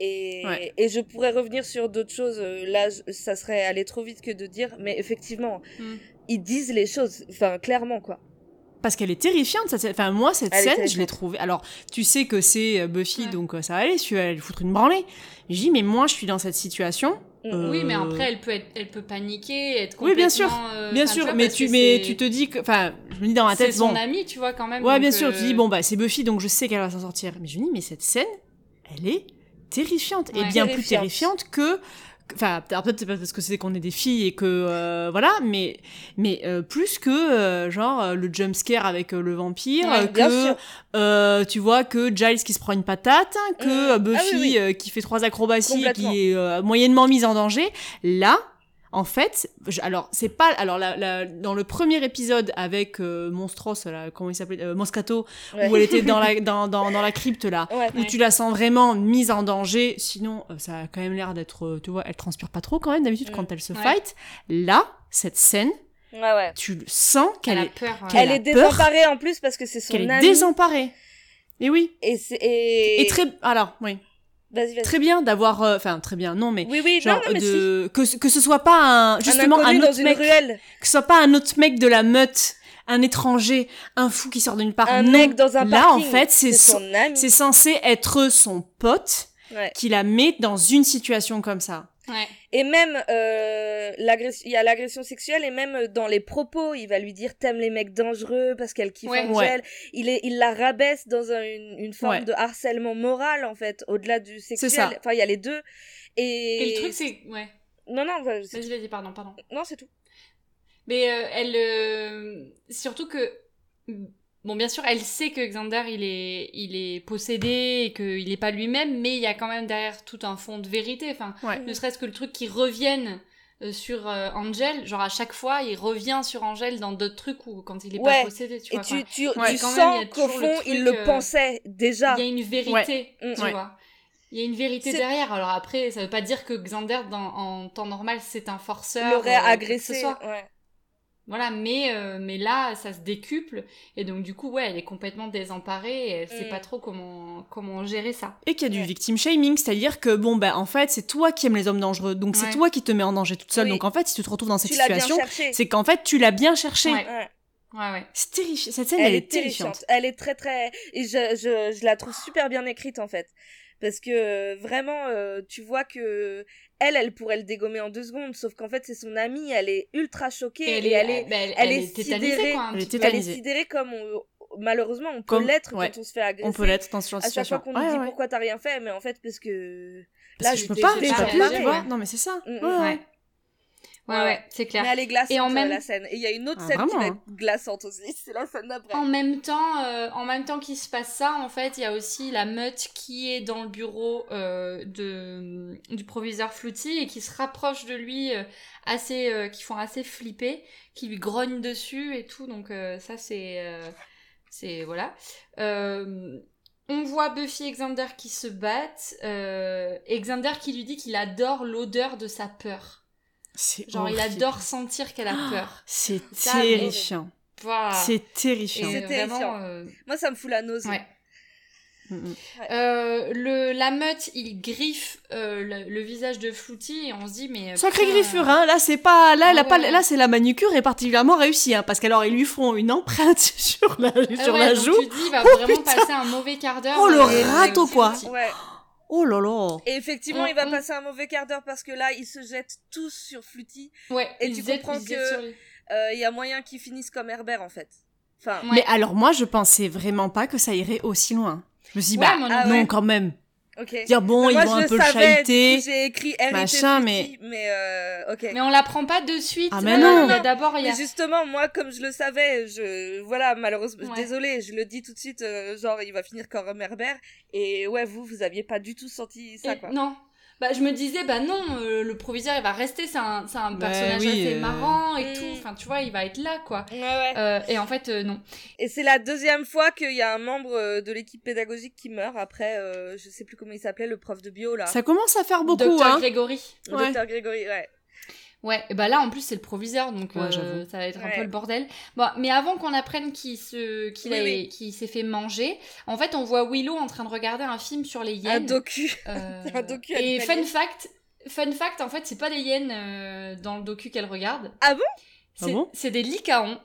Et,
Ouais.
et je pourrais revenir sur d'autres choses. euh, Là, je- ça serait aller trop vite que de dire, mais effectivement,
Hmm.
Mm.
ils disent les choses, enfin clairement quoi.
Parce qu'elle est terrifiante, cette scène. Enfin, moi, cette
Elle est
scène, je
terrifiante.
l'ai trouvée. Alors, tu sais que c'est euh, Buffy,
Ouais.
donc euh, ça va aller, tu vas lui foutre une branlée. Je dis, mais moi, je suis dans cette situation.
Mm.
Euh,
Oui, mais après, elle peut, être, elle peut paniquer, être complètement...
Oui, bien sûr,
euh,
Bien
enfin,
sûr,
vois,
mais
parce
tu,
que
mais
c'est-
tu te dis que. Enfin, je me dis dans ma
C'est
tête,
son
bon.
ami, tu vois, quand même.
Ouais,
donc,
bien sûr, tu
euh,
dis, bon, bah, c'est Buffy, donc je sais qu'elle va s'en sortir. Mais je me dis, mais cette scène, elle est terrifiante. et
Ouais.
bien plus
Terrifiante.
terrifiante que. que- Enfin, peut-être peut-être c'est pas parce que c'est qu'on est des filles et que. euh, voilà, mais, mais euh, plus que, euh, genre, euh, le jumpscare avec euh, le vampire,
Ouais,
euh,
Bien
que.
sûr.
Euh, tu vois que Giles qui se prend une patate, que
Mm.
euh, Buffy
Ah oui, oui.
euh, qui fait trois acrobaties et
Complètement.
qui est euh, moyennement mise en danger. Là, en fait, je- alors c'est pas alors la- la- dans le premier épisode avec euh, Monstros, là, comment il s'appelait euh, Moscato,
Ouais.
où elle était dans
[laughs]
la dans, dans, dans la crypte là.
Ouais. [laughs]
Où tu la sens vraiment mise en danger, sinon euh, ça a quand même l'air d'être, euh, tu vois, elle transpire pas trop quand même d'habitude
Mm.
quand elle se
Ouais.
fight. Là, cette scène,
Ouais, ouais.
tu le sens qu'elle
Elle a
est,
peur. ouais.
qu'elle
Elle
a
est
peur.
désemparée en plus parce que c'est son
qu'elle est
ami.
désemparée. Et oui.
Et c'est et...
Et très, alors oui.
Vas-y, vas-y.
très bien d'avoir euh, enfin très bien non mais
Oui, oui.
genre
non, non, mais si.
de que ce- que ce soit pas un justement
un
un,
inconnu dans
autre
une
mec
ruelle,
que ce soit pas un autre mec de la meute un étranger un fou qui sort de nulle part
un
non.
mec dans un
là en
parking.
fait c'est
son,
son-
ami.
c'est censé être son pote
Ouais.
qui la met dans une situation comme ça
Ouais.
Et même, euh, l'agression- il y a l'agression sexuelle, et même euh, dans les propos, il va lui dire t'aimes les mecs dangereux parce qu'elle kiffe
Ouais.
Angel. Il, est, il la rabaisse dans un- une, une forme
Ouais.
de harcèlement moral, en fait, au-delà du sexuel.
ça.
Enfin, il y a les deux. Et,
Et le truc, c'est... Ouais.
Non, non, bah, c'est-
Vas-y, vas-y, pardon, pardon.
non c'est tout.
Mais euh, elle... euh, Surtout que... Bon, bien sûr, elle sait que Xander, il est, il est possédé et qu'il n'est pas lui-même, mais il y a quand même derrière tout un fond de vérité. Enfin,
Ouais.
ne serait-ce que le truc qui revienne euh, sur euh, Angel, genre à chaque fois, il revient sur Angel dans d'autres trucs ou quand il est
Ouais.
pas possédé, tu
Et
vois.
tu,
enfin,
tu,
Ouais.
tu
Quand même, il
sens
y a
qu'au
toujours le
fond, il
truc,
le
euh,
pensait déjà.
Il y a une vérité,
Mm.
tu
Ouais.
vois. Il y a une vérité
C'est-
derrière. Alors après, ça veut pas dire que Xander, dans- en temps normal, c'est un forceur.
L'aurait
euh, quoi que ce
agressé.
soit.
ouais.
Voilà, mais, euh, mais là, ça se décuple. Et donc, du coup, ouais, elle est complètement désemparée. Et elle sait
Mm.
pas trop comment, comment gérer ça.
et qu'il y a du
Ouais.
victim shaming, c'est-à-dire que bon ben en fait c'est toi qui aimes les hommes dangereux, donc c'est
Ouais.
toi qui te mets en danger toute seule,
Oui.
donc en fait si tu te retrouves dans cette
Tu l'as bien
situation,
cherché.
c'est qu'en fait tu l'as bien cherché.
Ouais.
Ouais.
Ouais, ouais.
C'est terrifiant. Cette scène elle, est terrifiante.
Elle est très très et je, je, je la trouve super bien écrite en fait parce que euh, vraiment euh, tu vois que elle elle pourrait le dégommer en deux secondes sauf qu'en fait c'est son amie elle est ultra choquée et elle, est
bah, elle,
elle
elle
est
est tétanisée,
sidérée.
quoi. un
Elle
petit
est
peu.
elle est
tétanisée.
sidérée comme on- malheureusement on peut
Comme-
l'être
ouais.
quand on se fait agresser
On peut l'être dans ce genre de
à chaque
situation.
fois qu'on nous
Ouais,
dit
ouais.
pourquoi t'as rien fait mais en fait parce que
Parce
Là,
que Ah, je
je
peux
t'ai-
pas,
je
je
t'ai
peux
pas
pas, tu
réagi,
vois.
ouais.
Non, mais c'est ça.
Mm, mm.
Ouais, ouais.
Ouais. Ouais,
Ouais.
ouais, c'est clair.
mais elle est glaçante
Et en
euh,
même-
la scène et il y a une autre
Ah,
scène qui
vraiment,
va
hein.
être glaçante aussi [laughs] c'est la scène d'après
En même temps, euh, en même temps qu'il se passe ça, en fait, il y a aussi la meute qui est dans le bureau euh, de, du proviseur Flouty et qui se rapproche de lui, euh, assez, euh, qui font assez flipper, qui lui grognent dessus et tout. Donc euh, ça, c'est, euh, c'est voilà. Euh, on voit Buffy et Xander qui se battent. Euh, et Xander qui lui dit qu'il adore l'odeur de sa peur.
Oh, C'est
Genre, il
horrible.
adore sentir
[gasps]
qu'elle a peur.
C'est
Ça, mais-
terrifiant.
Voilà.
C'est
Et
terrifiant.
C'est
vraiment,
terrifiant.
euh,
moi ça me fout la nausée
ouais.
Mm, mm.
Euh, le, la meute, il griffe euh, le, le visage de Flouty et on se dit mais... euh,
Sacré
putain,
griffure, hein. Là, c'est pas, là, elle a
Ah
pas,
ouais.
là, c'est la manucure est particulièrement réussie, hein. Parce qu'alors, ils lui font une empreinte [laughs] sur la,
Ah
sur
ouais,
la
donc
joue.
Tu te dis, il
[laughs]
va
Oh,
vraiment
putain.
passer un mauvais quart d'heure.
Oh, le
euh, avec
râteau, quoi.
Flouty.
ouais
Oh là là.
Et effectivement,
On-
il va
Oh,
on-
passer un mauvais quart d'heure parce que là, ils se jettent tous sur Fluty.
Ouais,
Et
il
tu
se jette-
comprends
il se jette
que-
sur lui.
Euh, Il y a moyen qu'ils finissent comme Herbert, en fait. Enfin,
Ouais.
Mais alors, moi, je pensais vraiment pas que ça irait aussi loin. Je me suis dit,
Ouais,
bah,
moi non
non,
plus.
quand même.
ok.
Dire, bon,
Mais
Mm. ils
moi,
vont
je
un
le
peu le
savais, du
chahuter.
coup, J'ai écrit R.I.P.
machin,
Fluty, mais... euh, ok.
Mais on l'apprend pas de suite.
Ah, mais
voilà,
non.
il y a D'abord, il y a...
Mais justement, moi, comme je le savais, je... Voilà, malheureusement,
Ouais.
désolé, je le dis tout de suite, euh, genre, il va finir comme Herbert. Et ouais, vous, vous aviez pas du tout senti ça,
et-
quoi.
Non. bah, je me disais, bah non, euh, le proviseur, il va rester, c'est un, c'est un
Bah
personnage
oui,
assez
euh.
marrant et
Mm.
tout. Enfin, tu vois, il va être là, quoi.
Ouais, ouais.
Euh, et en fait, euh, non.
Et c'est la deuxième fois qu'il y a un membre euh, de l'équipe pédagogique qui meurt après, euh, je sais plus comment il s'appelait, le prof de bio là.
Ça commence à faire beaucoup,
Docteur
hein.
Grégory.
Le
Ouais.
Docteur Grégory, ouais.
Ouais, et bah là en plus c'est le proviseur, donc
Ouais,
euh,
j'avoue.
ça va être un
Ouais.
peu le bordel. Bon, mais avant qu'on apprenne qu'il se, qu'il
Oui,
a-
oui.
qu'il s'est fait manger, en fait on voit Willow en train de regarder un film sur les
Un
hyènes.
docu.
Euh,
[laughs] un docu
Et fun
animalier.
fact, fun fact, en fait c'est pas des hyènes euh, dans le docu qu'elle regarde.
Ah bon
C'est
Ah bon
c'est des lycaons.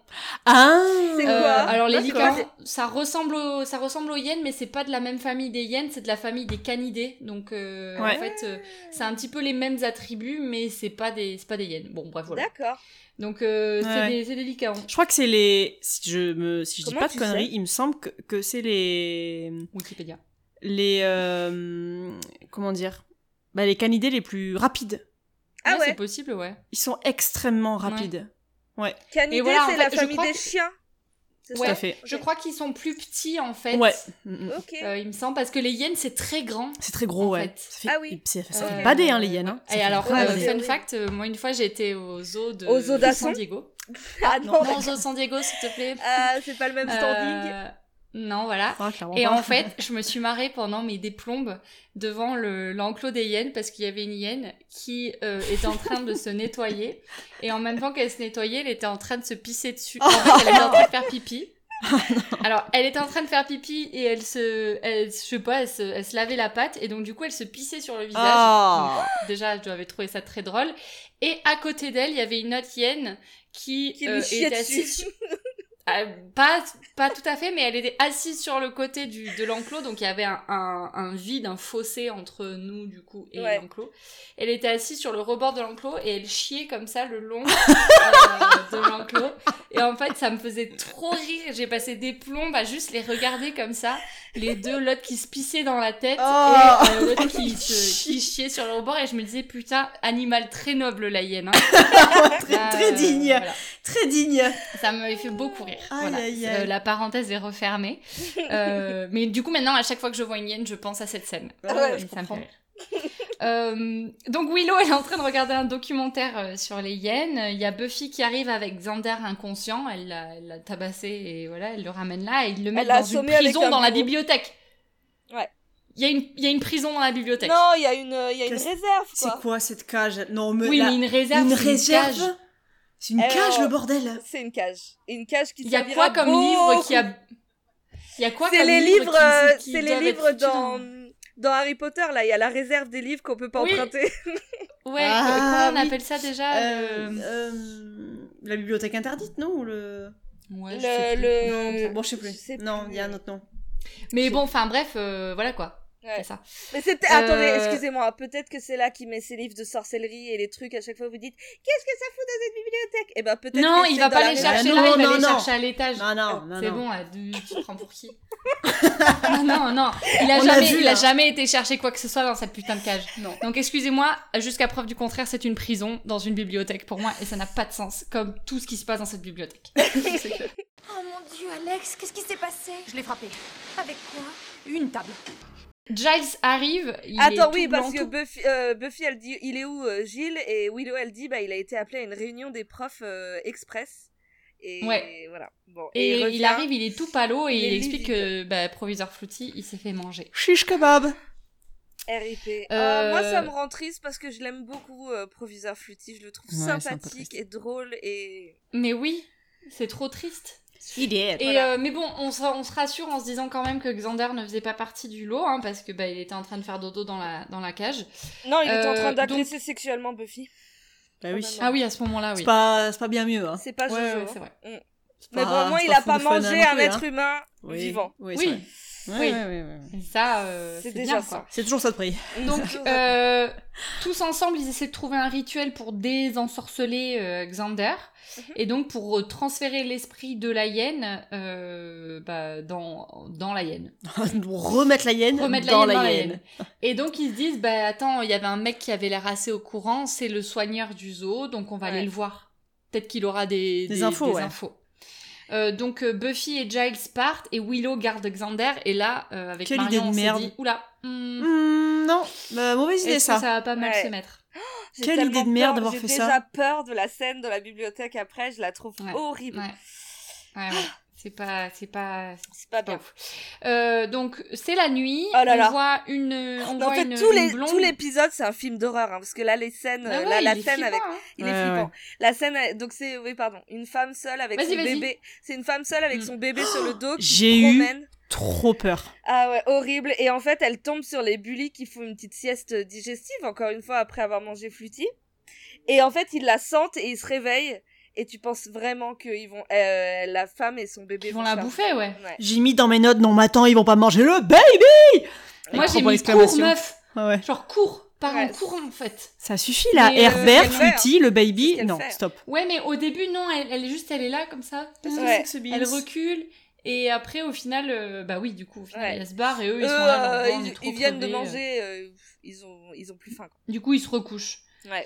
Ah
C'est
Euh,
quoi
alors les
Moi, je connais-
lycaons, ça ressemble au- ça ressemble aux hyènes, mais c'est pas de la même famille des hyènes, c'est de la famille des canidés. Donc euh,
Ouais.
en fait,
[laughs]
euh, c'est un petit peu les mêmes attributs, mais c'est pas des c'est pas des hyènes. Bon bref voilà.
D'accord.
Donc euh, c'est
Ouais.
des- c'est des lycaons.
Je crois que c'est les. Si je me, si je dis
Comment
pas de
tu
conneries,
sais
il me semble que, que c'est les
Wikipédia.
les euh, comment dire, bah, les canidés les plus rapides.
Ah
Ouais,
ouais.
C'est possible, ouais.
Ils sont extrêmement rapides. Ouais,
Canidé,
Et voilà, en
c'est
fait,
la
je
famille
crois
des
que-
chiens. C'est
Ouais.
tout à
ça
fait.
Je
Ok.
crois qu'ils sont plus petits en fait.
Ouais. Mm, mm.
Ok.
Euh, il me semble parce que les hyènes c'est très grand.
C'est très gros,
En
ouais.
fait.
Ça fait,
Ah oui.
Ça, ça
Euh,
fait bader, hein, les hyènes. hein. Ça
Et
fait
alors,
vraiment
euh,
bader.
c'est-
fun fact, euh, moi une fois j'ai été au zoo de
Au zoo
de
d'Asson
San Diego.
[laughs] Ah
Euh, Non,
non.
au zoo de San Diego s'il te plaît.
Ah, c'est pas le même standing.
Euh, Non, voilà.
Ah, clairement
Et
pas.
en fait, je me suis marrée pendant mes déplombes devant le- l'enclos des hyènes parce qu'il y avait une hyène qui euh, était en train de
[laughs]
se nettoyer. Et en même temps qu'elle se nettoyait, elle était en train de se pisser
Oh
dessus. En fait, elle était en train de faire
[laughs]
pipi. Alors, elle était en train de faire pipi et elle se. Elle, je sais pas, elle se, elle se lavait la patte et donc du coup, elle se pissait sur le visage.
Ah.
Donc, déjà, je devais trouver ça très drôle. Et à côté d'elle, il y avait une autre hyène qui,
Qui lui
euh,
chiait
était assise
dessus. [laughs]
sur- Ah, pas, pas tout à fait, mais elle était assise sur le côté du, de l'enclos, donc il y avait un, un, un vide, un fossé entre nous, du coup, et
Ouais.
l'enclos. Elle était assise sur le rebord de l'enclos et elle chiait comme ça le long [laughs] euh, de l'enclos. Et en fait, ça me faisait trop rire. J'ai passé des plombes à juste les regarder comme ça. Les deux, l'autre qui se pissait dans la tête
Oh.
et euh,
[laughs]
l'autre qui, se- qui chiait sur le rebord. Et je me disais, putain, animal très noble, la hyène. hein.
[laughs] très,
Là,
très
euh,
digne.
voilà.
Très digne.
Ça m'avait fait beaucoup rire.
Aïe,
Voilà.
aïe, aïe.
Euh, la parenthèse est refermée. Euh, mais du coup, maintenant, à chaque fois que je vois une hyène, je pense à cette scène.
Ah
ouais,
Et
je
ça me fait
comprends.
rire. Euh, donc Willow, elle est en train de regarder un documentaire euh, sur les hyènes. Il y a Buffy qui arrive avec Xander inconscient. Elle l'a- elle l'a tabassé et voilà, elle le ramène là et ils le mettent
l'a
dans une
assommé avec
prison
un
dans la
bureau.
bibliothèque.
Ouais.
Il y, a une- il y a une prison dans la bibliothèque.
Non, il y a une, il y a une
Qu'est-ce-
réserve
C'est
quoi.
quoi cette cage Non, mais
oui,
la-
mais une réserve.
une
c'est une
réserve.
cage. euh,
C'est une
Alors-
cage, le bordel.
C'est une cage. Une cage qui
Il y a
servira
quoi comme
beaucoup.
livre qui a. Il y a quoi
C'est
comme
les
livre
livres,
qui-
euh,
qui
c'est les
doivent être
livres
foutus
dans dans Harry Potter là. Il y a la réserve des livres qu'on peut pas
Oui.
emprunter.
Ouais,
Ah,
comment on
oui.
appelle ça déjà
Euh,
le-
euh, la bibliothèque interdite, non ou le...
Ouais, je sais
Le,
plus.
le...
Bon, je sais
je sais
plus. Non,
plus.
il y a un autre nom.
Mais bon, enfin bref, euh, voilà quoi.
Ouais.
C'est ça.
Mais c'était.
Euh,
Attendez, excusez-moi. Peut-être que c'est là qu'il met ses livres de sorcellerie et les trucs. À chaque fois, vous dites qu'est-ce que ça fout dans cette bibliothèque Eh ben peut-être.
Non,
que
il
c'est
va
dans
pas
la
les
réserve.
chercher
Ah,
là,
non,
il va
non,
les
non.
chercher à l'étage.
Non, non, non.
C'est
non.
bon, ah, tu tu te prends pour qui Non, non, non. Il a,
On l'a
jamais,
vu,
il a
là.
jamais été chercher quoi que ce soit dans cette putain de cage. Donc excusez-moi, jusqu'à preuve du contraire, c'est une prison dans une bibliothèque pour moi et ça n'a pas de sens, comme tout ce qui se passe dans cette bibliothèque.
Oh mon dieu, Alex, qu'est-ce qui s'est passé Je l'ai frappé. Avec quoi Une table.
Giles arrive. Il est
Attends,
tout
oui,
blanc,
parce que
tout-
Buffy, euh, Buffy, elle dit il est où euh, Gilles Et Willow, elle dit bah il a été appelé à une réunion des profs euh, express. Et
Ouais.
voilà. Bon,
Et
il revient.
il arrive, il est tout palo et
Il
il,
est
explique que
livide.
bah, proviseur Flouty, il s'est fait manger.
Chiche kebab.
RIP. Oh,
Euh,
moi, ça me rend triste parce que je l'aime beaucoup, euh, Proviseur Fluty. Je le trouve
Ouais, c'est un peu
sympathique
triste.
et drôle et.
Mais oui, c'est trop triste.
Il est.
Et
Voilà.
euh, mais bon, on se, on se rassure en se disant quand même que Xander ne faisait pas partie du lot, hein, parce que bah, il était en train de faire dodo dans la, dans la cage.
Non, il est en
Euh,
train d'agresser sexuellement Buffy.
Bah oui.
Ah
Ah oui, à ce moment-là, oui.
C'est pas, c'est pas bien mieux. Hein.
C'est pas
Ouais,
Jojo.
ouais,
hein.
c'est vrai.
C'est
Mais bon,
pas-
au moins,
c'est
il
pas
a
fou de
pas
fun à
mangé
non
un
plus, hein.
être humain
Oui.
vivant.
Oui. c'est
Oui,
vrai.
Oui.
Ouais, ouais, ouais, ouais.
Et ça, euh,
C'est
c'est
déjà
bien,
ça.
quoi.
C'est toujours ça de prix. [laughs]
[laughs] Donc, euh, tous ensemble, ils essaient de trouver un rituel pour désensorceler euh, Xander.
Mhm.
Et donc, pour euh, transférer l'esprit de la hyène euh, bah, dans, dans la hyène.
Remettre la hyène
Remettre la
dans
hyène
la
dans la
hyène.
hyène. Et donc ils se disent, bah attends, il y avait un mec qui avait l'air assez au courant, c'est le soigneur du zoo, donc on va
Ouais.
aller le voir. Peut-être qu'il aura des,
Des infos, ouais.
infos. Euh, donc euh, Buffy et Giles partent et Willow garde Xander et là euh, avec
Quelle idée
Marion
de
on s'est
merde.
dit oula hmm,
Hmm, non, bah, mauvaise idée
Est-ce
ça.
que ça va pas mal
Ouais.
se mettre
J'ai
Quelle
tellement
idée de merde
peur,
d'avoir fait ça.
J'ai déjà peur de la scène de la bibliothèque après, je la trouve
Ouais.
horrible.
Ouais.
[laughs]
Ouais, ouais. C'est pas, c'est pas, c'est
C'est pas
pas
bien.
ouf. Euh, donc c'est la nuit.
Oh là là.
On voit une, on
Mais en
voit
fait,
une,
tout,
une
les,
blonde.
tout l'épisode, c'est un film d'horreur, hein, parce que là, les scènes,
Ah
euh,
ouais,
là, la
il est
scène
flippant,
avec,
hein.
il
Ouais,
est flippant. La scène, euh, donc c'est, oui, pardon, une femme seule avec
Vas-y,
son
vas-y.
bébé. C'est une femme seule avec
Mm.
son bébé sur le dos qui
J'ai
se
eu-
promène.
Trop peur.
Ah ouais, horrible. Et en fait, elle tombe sur les bullies qui font une petite sieste digestive, encore une fois, après avoir mangé Fluty. Et en fait, ils la sentent et ils se réveillent. Et tu penses vraiment que ils vont, euh, la femme et son bébé
Ils vont la
faire-
bouffer, ouais.
Ouais.
J'ai mis dans mes notes, non, mais attends, ils vont pas manger le baby Avec trois
Moi
points
j'ai mis cours
d'exclamation.
meuf,
Ah ouais.
genre cours, par en
Ouais.
courant en fait.
Ça suffit là,
Mais, euh,
Herbert,
qu'elle
Fluty, le
C'est ce
baby.
qu'elle
Non,
fait.
stop.
Ouais, mais au début non, elle, elle est juste, elle est là comme ça.
Ouais.
Elle recule. Et après, au final, euh, bah oui, du coup, au final,
Ouais.
elle se barre et eux,
Eux,
ils sont là.
euh,
genre, bon, on est
ils,
trop
ils viennent de
crevés, euh.
manger, euh, ils ont, ils ont plus faim. quoi.
Du coup, ils se recouchent.
Ouais.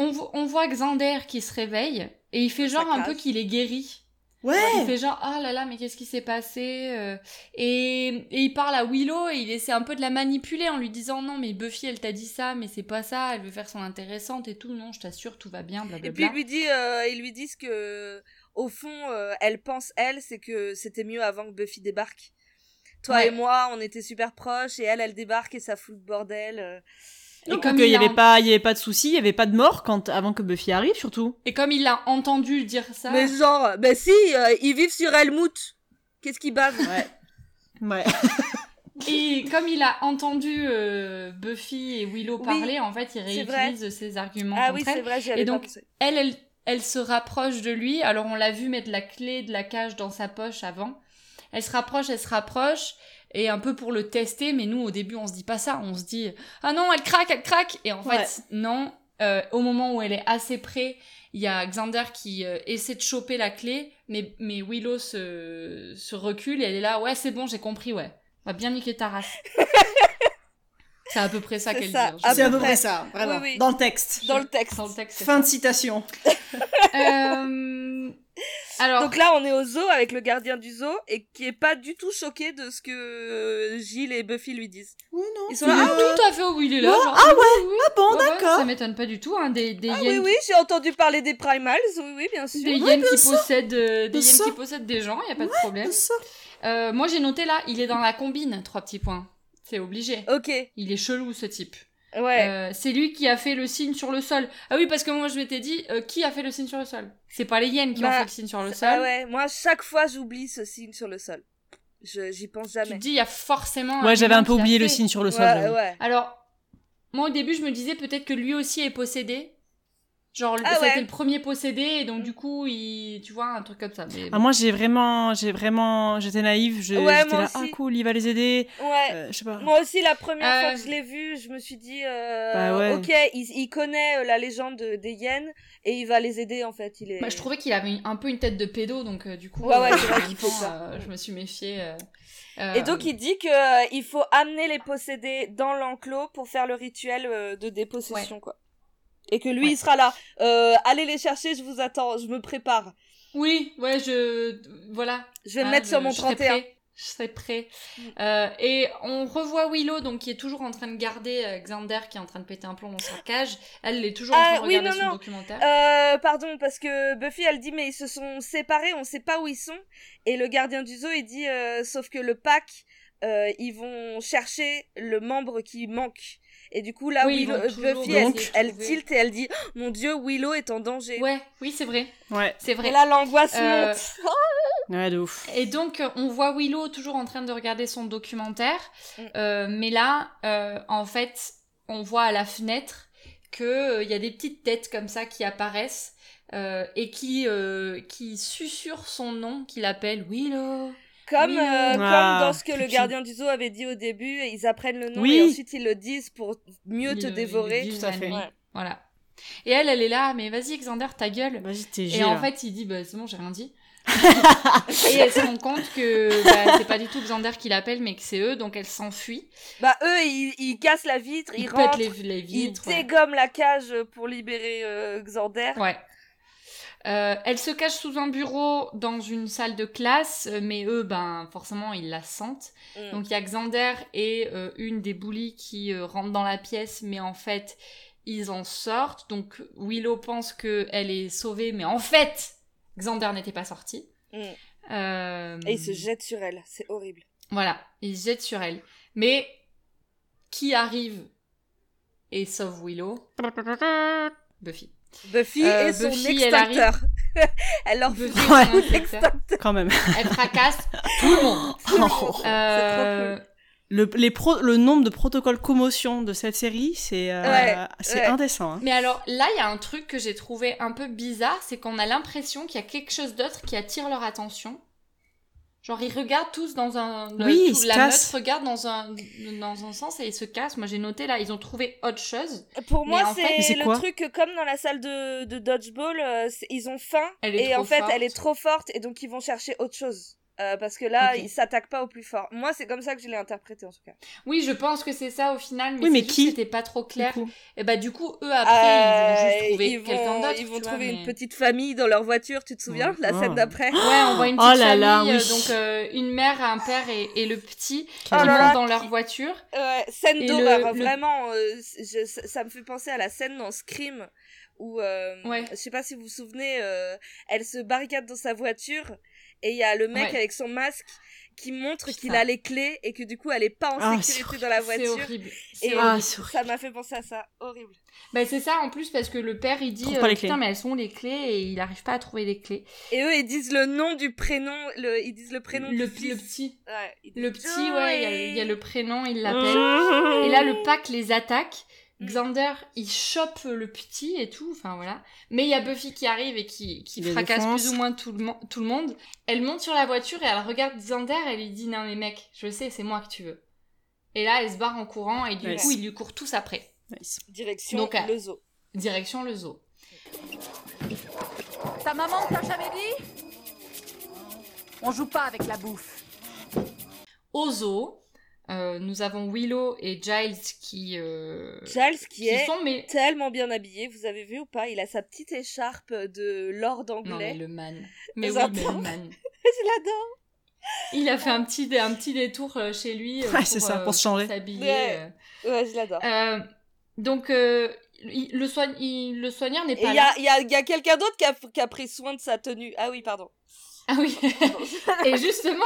On, vo- on voit Xander qui se réveille et il fait
Ah, Ça
genre un peu
casse.
qu'il est guéri. Il
Eh
Ouais
fait genre ah là là mais qu'est-ce qui s'est passé euh, et, et il parle à Willow et il essaie un peu de la manipuler en lui disant non mais Buffy elle t'a dit ça mais c'est pas ça elle veut faire son intéressante et tout non je t'assure tout va bien
Et puis
blablabla.
il lui dit, euh, ils lui disent que au fond, euh, elle pense elle, c'est que c'était mieux avant que Buffy débarque. Toi
Ouais.
et moi, on était super proches et elle, elle débarque et ça fout le bordel. euh.
Et
Et
comme
comme qu'il
il
n'y
a
avait,
en-
pas- il y avait pas de soucis, il n'y avait pas de mort quand, avant que Buffy arrive surtout.
Et comme il l'a entendu dire ça
Mais genre, ben si, euh, ils vivent sur Helmut. Qu'est-ce qu'ils bavent
Ouais. Ouais.
et comme il a entendu euh, Buffy et Willow
Oui,
parler en fait il
c'est
réutilise ses arguments
Ah
contre
oui,
elle.
c'est vrai, j'y
Et
avais
donc,
pas pensé.
elle, elle, elle se rapproche de lui. Alors, on l'a vu mettre la clé de la cage dans sa poche avant. Elle se rapproche, elle se rapproche, et un peu pour le tester. Mais nous, au début, on se dit pas ça. On se dit, ah non, elle craque, elle craque. Et en
Ouais.
fait, non. Euh, au moment où elle est assez près, il y a Xander qui euh, essaie de choper la clé, mais, mais Willow se, se recule et elle est là, ouais, c'est bon, j'ai compris, ouais. On va bien niquer
[laughs]
ta race. c'est à peu près ça
C'est
qu'elle dit.
ça.
hein, je
Ah
sais
C'est à
peu
peu
pas.
près ça, vraiment.
Oui, oui.
Dans le texte.
Dans le texte.
Dans le texte. c'est
Fin de citation.
euh... Alors,
Donc là, on est au zoo avec le gardien du zoo et qui est pas du tout choqué de ce que euh, Gilles et Buffy lui disent.
Oui, non.
Ils sont là,
ah,
ah,
tout à fait, oui, il est là.
Oh,
genre,
ah
oui, oui, oui.
Ah bon,
Ouais, ouais,
d'accord.
Ça m'étonne pas du tout, hein, des, des
ah,
hyènes,
oui, oui, j'ai entendu parler des primals, oui, oui, bien
qui,
sûr.
des,
Oui,
hyènes
bien
qui,
sûr.
possèdent, euh, des
Bien
hyènes
sûr.
qui possèdent des gens, il a pas de problème.
Ça.
Euh, moi j'ai noté là, il est dans la combine, trois petits points. C'est obligé.
Ok,
Il est chelou ce type.
Euh. ouais.
Euh, c'est lui qui a fait le signe sur le sol. Ah oui, parce que moi je m'étais dit, euh, qui a fait le signe sur le sol C'est pas les hyènes qui ont
Bah,
fait le signe sur le sol.
Ah ouais, moi, chaque fois, j'oublie ce signe sur le sol. Je, j'y
Tu
pense
te
jamais.
dis, il y a forcément. un
Ouais, j'avais
humain
un peu
qui l'a
oublié le
fait.
signe sur le sol.
ouais,
j'avoue.
ouais.
Alors, moi au début, je me disais peut-être que lui aussi est possédé. Genre,
Ah
c'était
ouais.
le premier possédé, et donc du coup, il... tu vois, un truc comme ça. Mais...
Ah, moi, j'ai vraiment, j'ai vraiment, j'étais naïve, je- j'étais
Ouais, moi
là, ah
aussi.
cool, il va les aider,
Ouais.
Euh, je sais pas.
Moi aussi, la première
Euh.
fois que je l'ai vu, je me suis dit, euh,
Bah ouais.
ok, il, il connaît euh, la légende de- des hyènes et il va les aider en fait. Il est.
Bah, je trouvais qu'il avait un peu une tête de pédo, donc euh, du coup,
Ouais, ouais,
euh,
c'est vrai
en
qu'il
même temps,
fait ça.
euh, je me suis méfiée. euh, euh,
Et donc il dit que euh, il faut amener les possédés dans l'enclos pour faire le rituel euh, de dépossession quoi. Et que lui
Ouais.
il sera là. Euh, allez les chercher, je vous attends, je me prépare.
Oui, ouais, je... Voilà.
Je vais me
Ah,
mettre
je-
sur mon
je serai
31.
prêt. Je serai prêt. Euh, et on revoit Willow, donc qui est toujours en train de garder euh, Xander, qui est en train de péter un plomb dans sa cage. Elle est toujours en
Ah,
train de
oui,
regarder
non,
son
non.
documentaire.
Euh, pardon, parce que Buffy, elle dit, mais ils se sont séparés, on sait pas où ils sont. Et le gardien du zoo, il dit, euh, sauf que le pack, euh, ils vont chercher le membre qui manque. Et du coup, là,
Oui, ils
Willow-
vont
euh,
toujours
Buffy,
essayer
elle,
de
elle
trouver.
tilte et elle dit, Oh, mon dieu, Willow est en danger.
Ouais, oui, c'est vrai.
Ouais,
C'est vrai.
Et là, l'angoisse
Euh,
monte.
ouais, de ouf.
Et donc, euh, on voit Willow toujours en train de regarder son documentaire.
Mm.
Euh, mais là, euh, en fait, on voit à la fenêtre qu'il y a des petites têtes comme ça qui apparaissent euh, et qui, euh, qui susurrent son nom, qu'il appelle Willow.
Comme,
Willow.
euh, comme
Ah,
dans ce que le
creepy.
gardien du zoo avait dit au début, ils apprennent le nom
Oui.
et ensuite ils le disent pour mieux te
Ils-
dévorer.
ils disent
Tout à
la
fait.
nuit.
Ouais.
Voilà. Et elle, elle est là, mais vas-y, Xander, ta gueule.
Vas-y, t'es
Et
G,
en
là.
fait, il dit, bah, c'est bon, j'ai rien
[laughs]
dit. et elle se rend compte que bah, c'est pas du tout Xander qui l'appelle, mais que c'est eux, donc elle s'enfuit.
Bah, eux, ils, ils cassent la vitre, ils,
Ils pètent
rentrent,
les, les
ils
vitres. ouais.
dégomment la cage pour libérer euh, Xander.
Ouais. Euh, elle se cache sous un bureau dans une salle de classe, mais eux, ben, forcément, ils la sentent.
Mm.
Donc il y a Xander et euh, une des bullies qui euh, rentrent dans la pièce, mais en fait, ils en sortent. Donc Willow pense qu'elle est sauvée, mais en fait, Xander n'était pas sorti.
Mm.
Euh,
Et il se jette sur elle, c'est horrible.
Voilà, il se jette sur elle. Mais qui arrive et sauve Willow Buffy.
Buffy
Euh,
et son
Buffy, elle arrive.
extincteur. [laughs] Elle, leur fout
Buffy,
Ouais.
son inspecteur,
Quand même. [laughs]
elle fracasse tout le monde.
tout le monde.
Euh,
Le, les pro- le nombre de protocoles commotion de cette série, c'est euh,
Ouais,
c'est
ouais.
indécent. hein.
Mais alors là, il y a un truc que j'ai trouvé un peu bizarre, c'est qu'on a l'impression qu'il y a quelque chose d'autre qui attire leur attention. Genre ils regardent tous dans un, le-
Oui, ils
tout-
se
la
cassent.
meute regarde dans un dans un sens et ils se cassent. Moi j'ai noté là, ils ont trouvé autre chose.
trop cool. Pour
Mais
moi,
en fait-
Mais
c'est
c'est
le
quoi
truc que comme dans la salle de, de dodgeball, euh, c'est- ils ont faim
Elle est
et
trop
en fait,
forte.
elle est trop forte et donc ils vont chercher autre chose. Euh, parce que là,
Ok.
ils s'attaquent pas au plus fort. Moi, c'est comme ça que je l'ai interprété en tout cas.
Oui, je pense que c'est ça au final, mais,
Oui, mais
c'est juste
qui
que c'était pas trop clair.
Du coup.
Oh
Et bah du coup, eux après, ils vont
Euh,
juste trouver
ils
quelqu'un
vont-
d'autre.
Ils vont
tu vois,
trouver une
mais- Oh.
petite famille dans leur voiture, tu te souviens La
Ah.
[laughs]
scène d'après
Ouais, on voit une
Oh
petite
là là,
famille, euh,
oui.
donc euh, une mère, un père et, et le petit Ah qui
Oh là
montent
là,
dans leur
qui-
voiture.
Ouais, scène
Et
d'horreur,
le- le-
vraiment. euh, c- je- ça ça me fait penser à la scène dans Scream où, euh,
Ouais.
je sais pas si vous vous souvenez, euh, elle se barricade dans sa voiture et il y a le mec
Ouais.
avec son masque qui montre
Putain.
qu'il a les clés et que du coup elle est pas en
Ah, c'est
sécurité dans la
C'est
voiture.
horrible.
Et
C'est
euh,
horrible. c'est
ça m'a fait penser à ça, horrible.
Bah c'est ça en plus parce que le père il dit
Trouve pas
euh,
les clés.
putain mais elles sont où les clés et il arrive pas à trouver les clés.
Et eux ils disent le nom du prénom, le, ils disent le prénom
le,
du
le
fils.
petit,
Ouais, ils disent
le petit ouais il y a- il y, a
Joey.
le prénom il l'appelle.
Oh.
Et là le pack les attaque. Xander il chope le petit et tout enfin voilà. Mais il y a Buffy qui arrive et qui, qui
Il les
fracasse
défonce.
plus ou moins tout le, mon- tout le monde. Elle monte sur la voiture et elle regarde Xander et elle lui dit non mais mec je sais c'est moi que tu veux. Et là elle se barre en courant et du
Ouais.
coup ils lui courent tous après.
Nice.
Direction
Donc, euh,
le zoo.
Direction le zoo.
Ta maman t'a jamais dit On joue pas avec la bouffe.
Au zoo, euh, nous avons Willow et Giles qui, euh,
Giles qui,
qui
est
sont mais
tellement bien habillé, vous avez vu ou pas Il a sa petite écharpe de lord anglais.
non mais le man, mais
Les
oui, mais
enfants.
le man.
[laughs] Je l'adore.
Il a fait un petit dé- un petit détour euh, chez lui euh,
Ouais, c'est ça,
euh,
pour se changer.
s'habiller.
Ouais. Ouais, je l'adore.
euh. Euh, donc euh, il- le soigne, il- le soigneur n'est
Et
pas
il y
là.
a, y a- y a quelqu'un d'autre qui a, qui a pris soin de sa tenue. Ah oui, pardon. [laughs]
Ah oui. [laughs] et justement.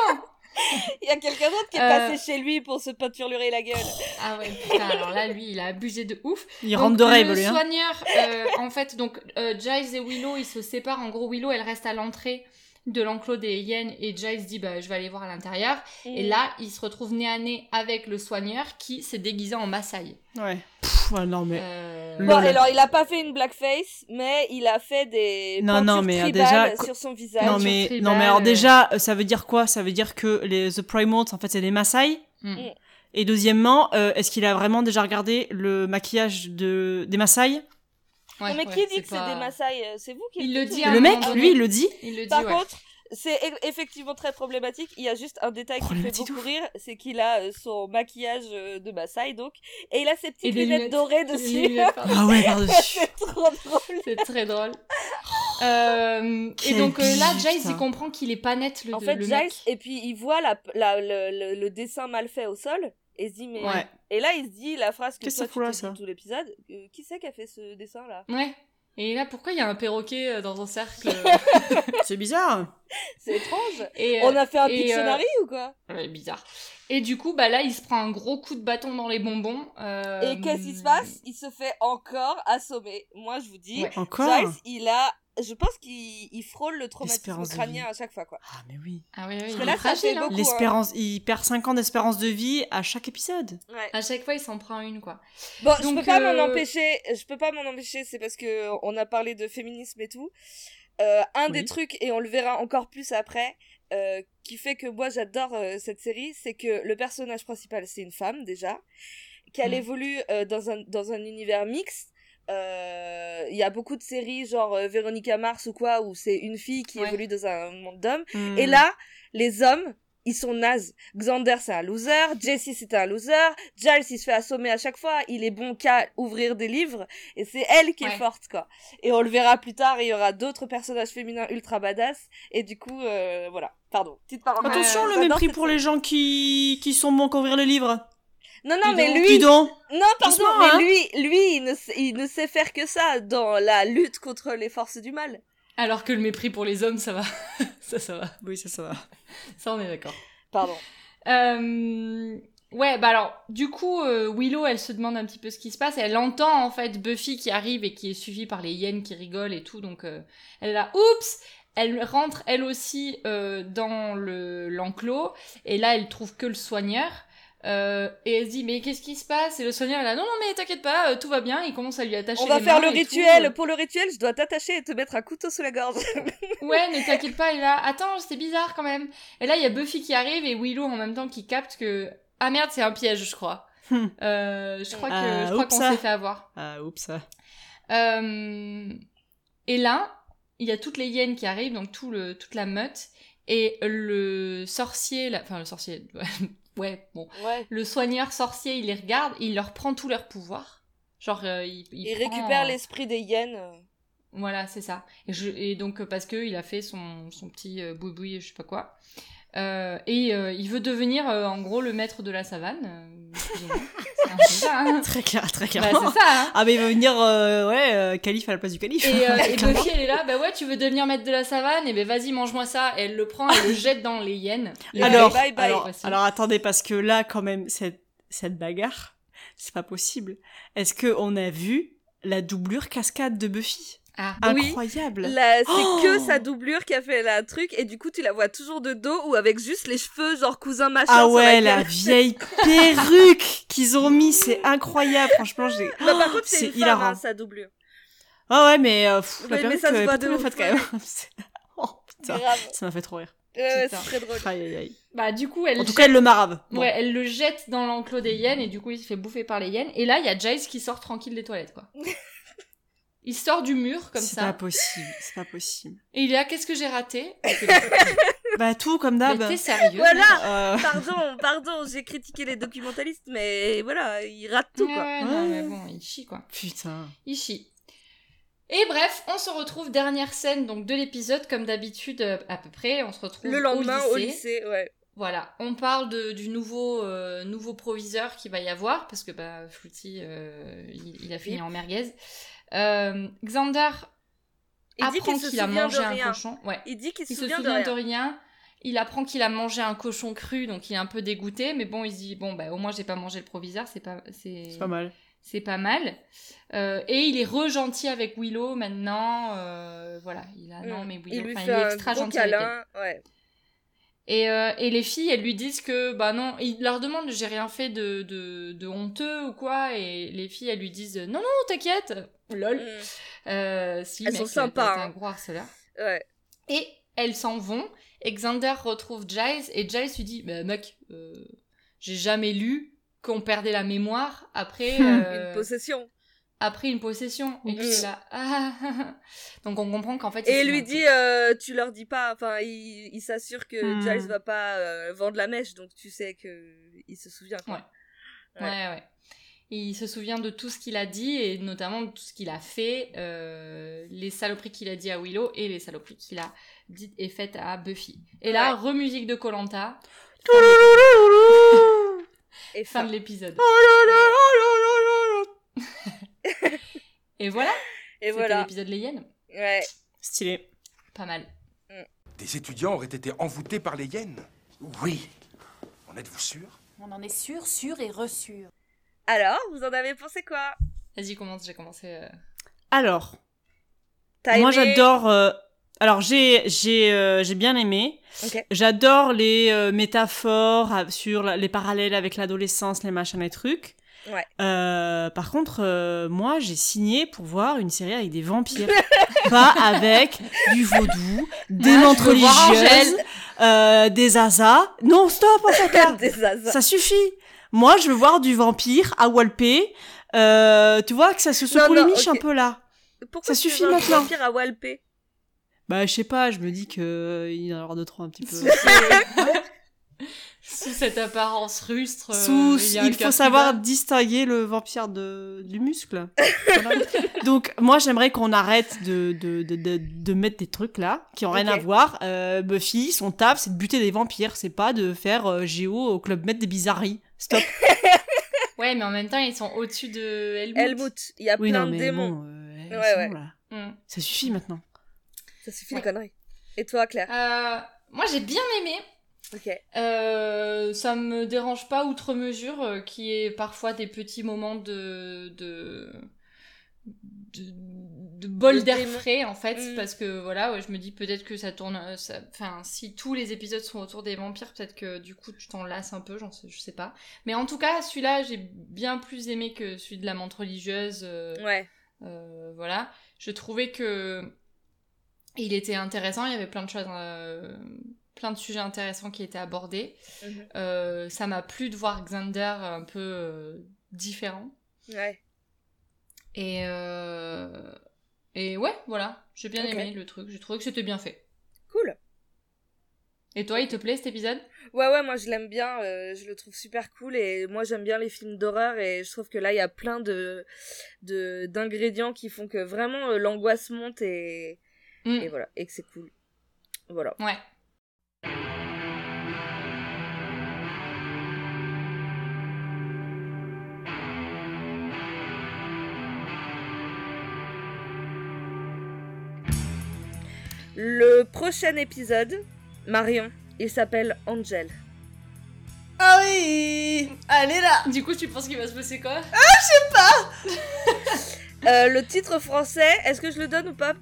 Il y a quelqu'un d'autre qui est
Euh.
passé chez lui pour se peinturer la gueule.
Ah ouais. Putain, alors là lui il a abusé de ouf.
Il
Donc,
rentre de rêve,
le
lui. hein.
soigneur, euh, en fait, donc euh, Giles et Willow, ils se séparent. En gros, Willow, elle reste à l'entrée de l'enclos des hyènes et Giles dit bah, je vais aller voir à l'intérieur et là ils se retrouvent nez à nez avec le soigneur qui s'est déguisé en Maasai
Ouais. Pff, ouais, non, mais.
Euh,
Bon,
Lol.
alors il a pas fait une blackface, mais il a fait des
Non,
peintures
non, mais, euh,
tribales
déjà,
sur son visage.
Non
sur
mais,
Tribal,
non mais alors
euh.
déjà, euh, ça veut dire quoi Ça veut dire que les The Primates, en fait, c'est des Maasai.
Mm.
Mm.
Et deuxièmement, euh, est-ce qu'il a vraiment déjà regardé le maquillage de, des Maasai
ouais,
Non,
ouais,
mais qui dit que c'est
pas-
des Maasai euh, C'est vous qui
Il le dit à un
Le mec,
moment donné.
lui, il le
[laughs]
dit.
il le dit
Par
ouais.
contre, c'est e- effectivement très problématique. Il y a juste un détail qui me fait
Problématique
beaucoup rire, c'est qu'il a euh, son maquillage euh, de Maasai donc, et il a ses petites
Et des
lunettes,
lunettes.
dorées
Il
dessus.
lui
[laughs]
l'a fait-
Ah ouais,
[laughs]
par-dessus.
c'est trop drôle.
c'est très drôle
Oh,
Euh, et
Quel
donc euh, là
bise,
Giles il
putain.
comprend qu'il est pas net le,
En fait,
le
Giles,
mec.
et puis il voit la, la- le, le- le dessin mal fait au sol, et se dit, mais.
Ouais.
Et là, il se dit la phrase que
Qu'est-ce
toi,
que ça
tu
fout là,
t'es
ça
dit tout l'épisode euh, qui c'est qui a fait ce dessin-là
ouais et là pourquoi il y a un perroquet euh, dans un cercle
[laughs]
C'est bizarre.
[laughs]
C'est étrange
et, euh,
On a fait un
et, euh,
Pictionary ou quoi
Ouais, bizarre. Et du coup, bah là, il se prend un gros coup de bâton dans les bonbons. euh,
Et qu'est-ce qui se passe Il se fait encore assommer. Moi, je vous dis,
Ouais.
Encore
Giles, il a. Je pense qu'il il frôle le traumatisme
Espérance de
crânien à chaque fois, quoi.
Ah mais oui.
Ah oui, oui,
Parce
il
que
est
là, ça
fragile,
fait
hein.
beaucoup.
L'espérance, il perd 5 ans d'espérance de vie à chaque épisode.
Ouais.
À chaque fois, il s'en prend une, quoi.
Bon, je
Donc,
peux pas m'en
euh,
empêcher. Je peux pas m'en empêcher. C'est parce que on a parlé de féminisme et tout. Euh, un
Oui.
des trucs, et on le verra encore plus après, euh, qui fait que moi j'adore euh, cette série, c'est que le personnage principal c'est une femme déjà, qu'elle
Mhm.
évolue euh, dans un dans un univers mixte. Euh, Il y a beaucoup de séries genre euh, Véronica Mars ou quoi où c'est une fille qui
Ouais.
évolue dans un monde d'hommes.
Hmm.
Et là, les hommes ils sont nazes. Xander, c'est un loser. Jesse, c'est un loser. Giles, il se fait assommer à chaque fois. Il est bon qu'à ouvrir des livres. Et c'est elle qui
Ouais.
est forte, quoi. Et on le verra plus tard. Il y aura d'autres personnages féminins ultra badass. Et du coup, euh, voilà. Pardon. Petite parenthèse.
euh,
Attention, le
J'adore
mépris
cette
pour les gens qui, qui sont bons qu'à ouvrir le livre.
Non, non,
Dis
mais
donc,
lui.
Dis
[laughs]
donc.
Non, pardon,
Doucement,
mais
hein.
lui, lui, il ne, sait- il ne sait faire que ça dans la lutte contre les forces du mal.
Alors que le mépris pour les hommes, ça va. [laughs] ça, ça va.
Oui, ça, ça va.
Ça, on est d'accord.
Pardon.
Euh, Ouais, bah alors, du coup, euh, Willow, elle se demande un petit peu ce qui se passe. Elle entend, en fait, Buffy qui arrive et qui est suivie par les hyènes qui rigolent et tout. Donc, euh, elle est là, oups Elle rentre, elle aussi, euh, dans le- l'enclos. et là, elle trouve que le soigneur. Euh, et elle se dit, mais qu'est-ce qui se passe Et le soigneur est là, non, non, mais t'inquiète pas, euh, tout va bien. Il commence à lui attacher
On va
les
faire
mains
le
et tout.
euh.
rituel. Pour le rituel, je dois t'attacher et te mettre un couteau sous la gorge.
Ouais, mais t'inquiète pas, il est là. Attends, c'est bizarre quand même. Et là, il y a Buffy qui arrive et Willow en même temps qui capte que. Ah merde, c'est un piège, je crois.
Hmm.
Euh, je crois que
Ah,
je crois
oups.
qu'on s'est fait avoir.
Ah, oups. ça.
Euh, et là, il y a toutes les hyènes qui arrivent, donc tout le, toute la meute. Et le sorcier, là- enfin le sorcier, [laughs] ouais, ouais, bon.
Ouais.
Le soigneur sorcier, il les regarde et il leur prend tout leur pouvoir. Genre, euh, il, il,
Il
prend,
récupère
euh,
l'esprit des hyènes. euh.
voilà, c'est ça. Et, je, et donc, euh, parce qu'il a fait son, son petit euh, boui-boui, je sais pas quoi. Euh, et euh, il veut devenir, euh, en gros, le maître de la savane. euh, excusez-moi. c'est un peu ça, hein.
[laughs] Très clair, très
Bah,
clair.
c'est ça, [laughs] hein.
ah, mais il va venir, euh, ouais, euh, calife à la place du calife.
Et, euh, et
Clairement.
Buffy, elle est là, bah ouais, tu veux devenir maître de la savane, et ben vas-y, mange-moi ça. Et elle le prend [laughs] et le jette dans les hyènes.
Le
alors,
bye bye.
alors,
Voici.
alors, attendez, parce que là, quand même, cette, cette bagarre, c'est pas possible. Est-ce qu'on a vu la doublure cascade de Buffy
Ah, oui.
Incroyable
Là, c'est
Oh
que sa doublure qui a fait la truc et du coup tu la vois toujours de dos ou avec juste les cheveux genre cousin machin.
Ah
sur
ouais,
laquelle- [laughs]
la vieille perruque qu'ils ont mis, c'est incroyable. Franchement, j'ai.
Bah, par
Oh,
contre c'est
c'est
une femme
hilarant.
hein, sa doublure.
Ah ouais, mais, euh, pff, la
Mais- mais
perruque,
ça se
euh,
voit
putain,
de
la
ouf,
fête, quand même. [laughs] C'est- oh putain,
Grave.
ça m'a fait trop rire.
Ouais, ouais, c'est
Putain.
très drôle.
Aïe, aïe, aïe.
Bah du coup, elle
En tout cas, elle le marabe. Bon.
Ouais, elle le jette dans l'enclos des hyènes et du coup il se fait bouffer par les hyènes. Et là, il y a Giles qui sort tranquille des toilettes, [laughs] quoi. il sort du mur comme
C'est pas
ça.
possible, c'est pas possible.
Et il est là, qu'est-ce que j'ai raté
[laughs]
Bah tout comme
Mais
d'hab.
t'es sérieux
Ah Voilà.
Euh,
[laughs] Pardon, pardon, j'ai critiqué les documentalistes mais voilà, ils ratent tout
Ouais,
quoi.
ouais, non, mais bon, il chie, quoi.
Putain.
Il chie. Et bref, on se retrouve dernière scène donc de l'épisode comme d'habitude euh, à peu près. On se retrouve
Le lendemain
au
au lycée, ouais.
Voilà, on parle de- du nouveau, euh, nouveau proviseur qu'il va y avoir, parce que bah, Fluty, euh, il, il a fini en merguez. Euh, Xander
Il dit
apprend
qu'il se
qu'il a
souvient de
mangé un
rien.
cochon. Ouais.
Il dit qu'il se
Il se
souvient de
souvient de
rien.
rien. Il apprend qu'il a mangé un cochon cru, donc il est un peu dégoûté, mais bon, il se dit bon bah au moins j'ai pas mangé le proviseur, c'est pas c'est
C'est pas mal.
c'est pas mal. Euh, et il est re gentil avec Willow maintenant, euh, voilà, il a non
Mm.
mais Willow,
Il lui
enfin,
fait
il est
un
extra
gros
gentil. avec elle.
câlin, ouais.
Et, euh, et les filles, elles lui disent que, bah non, il leur demande, j'ai rien fait de, de, de honteux ou quoi, et les filles, elles lui disent, non, non, t'inquiète, lol.
Mm.
Euh, si,
Elles
mec,
sont
euh,
sympas,
t'as été
hein.
un gros harceleur.
Ouais.
Et elles s'en vont, et Xander retrouve Giles, et Giles lui dit, bah mec, euh, j'ai jamais lu qu'on perdait la mémoire après, euh,
[laughs] Une possession.
après une possession. Et lui, il est là, Ah, ah, ah. Donc on comprend qu'en fait... il
Et
s'est
lui
inventé.
dit, euh, tu leur dis pas. Enfin, il, il s'assure que
Hmm.
Giles va pas euh, vendre la mèche, donc tu sais que il se souvient. Quoi.
Ouais. Ouais, ouais. Et il se souvient de tout ce qu'il a dit et notamment de tout ce qu'il a fait, euh, les saloperies qu'il a dit à Willow et les saloperies qu'il a dites et faites à Buffy. Et là, remusique de Colanta,
Et
fin
fin.
de l'épisode.
Ah.
Et voilà,
Et
c'était
voilà.
l'épisode Les Hyènes.
Ouais.
Stylé.
Pas mal.
Des étudiants auraient été envoûtés par les hyènes
Oui,
En êtes-vous sûr
On en est sûr, sûr et re-sûr.
Alors, vous en avez pensé quoi
Vas-y, commence, j'ai
[laughs]
commencé. euh.
Alors,
T'as
moi
aimé [laughs]
j'adore. euh, alors j'ai j'ai euh, j'ai bien aimé.
Ok.
J'adore les euh, métaphores euh, sur la- les parallèles avec l'adolescence, les machins, les trucs.
Ouais.
Euh, par contre, euh, moi j'ai signé pour voir une série avec des vampires, [laughs] pas avec du vaudou, des
Moi,
mentes
je veux voir
religieuses, euh, des azas. Non, stop, on s'attarde.
[laughs] des zazas.
Ça suffit. Moi, je veux voir du vampire à Walpé. Euh, tu vois que ça se
Non,
secoue les
non,
miches
ok.
un peu là.
Pourquoi
ça
tu veux
suffit
un
maintenant.
vampire à Walpé
Bah, je sais pas, je me dis que euh, il en aura deux trois un petit peu. [laughs]
cette apparence rustre. euh,
Sous,
y a un
il faut
cœur qui
savoir
bat.
distinguer le vampire de, du muscle. Voilà. Donc, moi, j'aimerais qu'on arrête de, de, de, de, de mettre des trucs là qui ont rien
Ok.
à voir. Euh, Buffy, son taf, c'est de buter des vampires, c'est pas de faire euh, Géo au club Med des bizarreries. Stop.
Ouais, mais en même temps, ils sont au-dessus de Helmut.
Helmut, il y a
Oui,
plein
non,
de
mais
démons.
bon, euh, elles
Ouais,
sont
ouais.
là.
Mm.
Ça suffit maintenant.
Ça suffit les
Ouais.
conneries. Et toi, Claire
Euh, moi, j'ai bien aimé.
Ok.
Euh, ça me dérange pas outre mesure euh, qui est parfois des petits moments de de de, de bol
De
d'air
démon.
frais en fait
Mm.
parce que voilà ouais, je me dis peut-être que ça tourne euh, ça- enfin si tous les épisodes sont autour des vampires peut-être que du coup tu t'en lasses un peu j'en sais je sais pas mais en tout cas celui-là j'ai bien plus aimé que celui de la menthe religieuse euh,
Ouais.
euh, voilà, je trouvais que il était intéressant, il y avait plein de choses, euh, plein de sujets intéressants qui étaient abordés.
Mhm.
Euh, ça m'a plu de voir Xander un peu euh, différent.
Ouais.
Et, euh, et ouais, voilà, j'ai bien
Ok.
aimé le truc, j'ai trouvé que c'était bien fait.
Cool.
Et toi, il te plaît cet épisode
Ouais, ouais, moi je l'aime bien, euh, je le trouve super cool et moi j'aime bien les films d'horreur et je trouve que là il y a plein de de- d'ingrédients qui font que vraiment euh, l'angoisse monte et,
Mm.
et voilà, et que c'est cool. Voilà.
Ouais.
Le prochain épisode, Marion, il s'appelle Angel.
Ah oui Allez
Ah.
là
Du coup, tu penses qu'il va se passer quoi
Euh, le titre français, est-ce que je le donne ou pas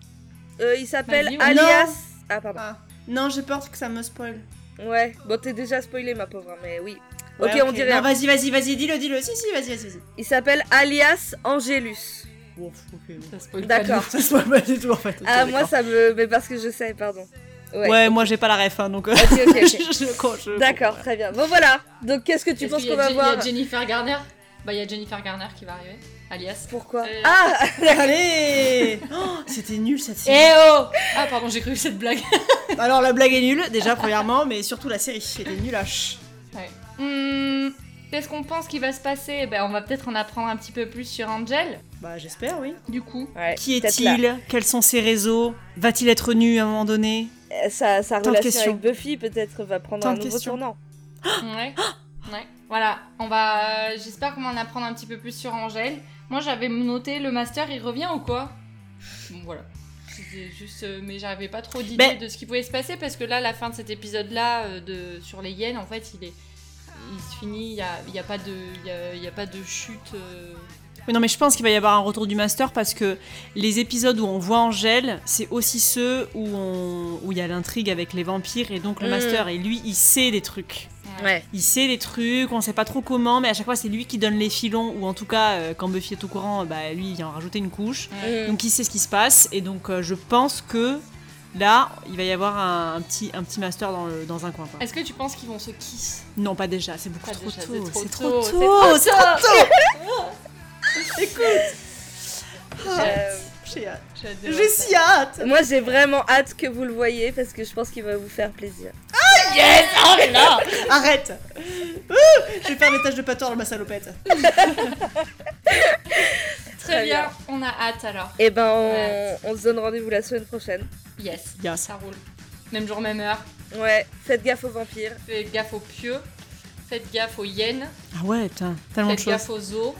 Euh, Il s'appelle
Vas-y, ouais.
Alias. Ah, pardon.
Non, j'ai peur que ça me spoil.
Ouais, bon, t'es déjà spoilé, ma pauvre, hein, mais oui.
Ouais,
ok, on dirait.
Non, vas-y, vas-y, vas-y, dis-le, dis-le. Si, si, vas-y, vas-y. vas-y.
Il s'appelle Alias Angelus.
Bon, pff, ok, bon.
Ça spoil pas
D'accord.
Ça se voit pas du tout en fait. Ok,
Ah, moi,
d'accord.
ça me. Mais parce que je sais, pardon. Ouais.
Ouais, moi j'ai pas la ref, hein, donc. euh,
Ok, ok,
[laughs]
ok.
je- je- quand je-
D'accord, très bien. Bon, voilà. Donc, qu'est-ce que tu
Est-ce
penses
qu'il y a
qu'on va
Je- Il y
voir
a Jennifer Garner Bah, il y a Jennifer Garner qui va arriver, alias.
Pourquoi
Euh,
Ah
Allez [laughs] Oh, C'était nul cette série.
Eh oh Ah, pardon, j'ai cru que cette blague.
Eh.
Alors la blague est nulle, déjà premièrement, mais surtout la série était nulle à ch.
Hmm, Qu'est-ce qu'on pense qui va se passer ben, On va peut-être en apprendre un petit peu plus sur Angel,
Bah j'espère, oui.
du coup.
Ouais,
Qui
peut-être là.
est-il Quels sont ses réseaux Va-t-il être nu à un moment donné
Euh, Sa, sa
Tant de
relation
questions.
avec Buffy, peut-être, va prendre
Tant
un
de
nouveau
questions.
tournant.
Ouais. ouais. Voilà, on va. euh, J'espère qu'on va en apprendre un petit peu plus sur Angel. Moi, j'avais noté le master, il revient ou quoi Bon, voilà. C'était juste, euh, mais j'avais pas trop d'idée
Mais-
de ce qui pouvait se passer parce que là, la fin de cet épisode-là euh, de sur les hyènes, en fait, il est, il se finit. Il y a, il y a pas de, il y a, il y a pas de chute. euh,
Oui, non, mais je pense qu'il va y avoir un retour du master parce que les épisodes où on voit Angèle, c'est aussi ceux où on- où il y a l'intrigue avec les vampires et donc le
Mm.
master et lui, il sait des trucs.
Ouais.
Il sait les trucs, on sait pas trop comment, mais à chaque fois c'est lui qui donne les filons, ou en tout cas, euh, quand Buffy est au courant, bah, lui il vient en rajouter une couche.
ouais.
Mm.
Donc il sait ce qui se passe, et donc euh, je pense que là, il va y avoir un, un petit, un petit master dans, le- dans un coin. quoi.
Est-ce que tu penses qu'ils vont se kiss
Non, pas déjà, c'est beaucoup
Pas
trop,
déjà,
tôt,
c'est
c'est
trop
trop
tôt,
tôt, c'est
c'est trop
trop tôt
Euh,
J'ai hâte.
J'ai hâte de voir
J'ai
Ah. ça.
si hâte
moi, j'ai vraiment hâte que vous le voyez parce que je pense qu'il va vous faire plaisir.
Arrête Ouh, Je vais faire des tâches de pâteur dans ma salopette.
Très bien. on a hâte alors.
Et ben, on,
Ouais.
on se donne rendez-vous la semaine prochaine.
Yes,
Yes.
ça roule. Même jour, même heure.
Ouais, faites gaffe aux vampires.
Faites gaffe aux pieux, faites gaffe aux hyènes,
Ah ouais, putain, tellement de
faites
choses.
gaffe aux zoos,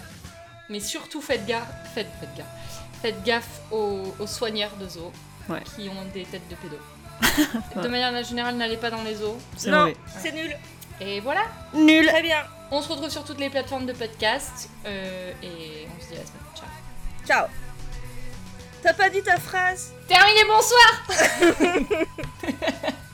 mais surtout faites gaffe, faites, faites gaffe, faites gaffe aux, aux soigneurs de zoos
Ouais.
qui ont des têtes de
[laughs]
pédos. De manière générale, n'allez pas dans les zoos.
C'est
Non,
mauvais.
c'est nul.
Et voilà,
Nul
Très bien.
on se retrouve sur toutes les plateformes de podcast euh, et on se dit à la semaine prochaine.
Ciao. T'as pas dit ta phrase
Terminé, bonsoir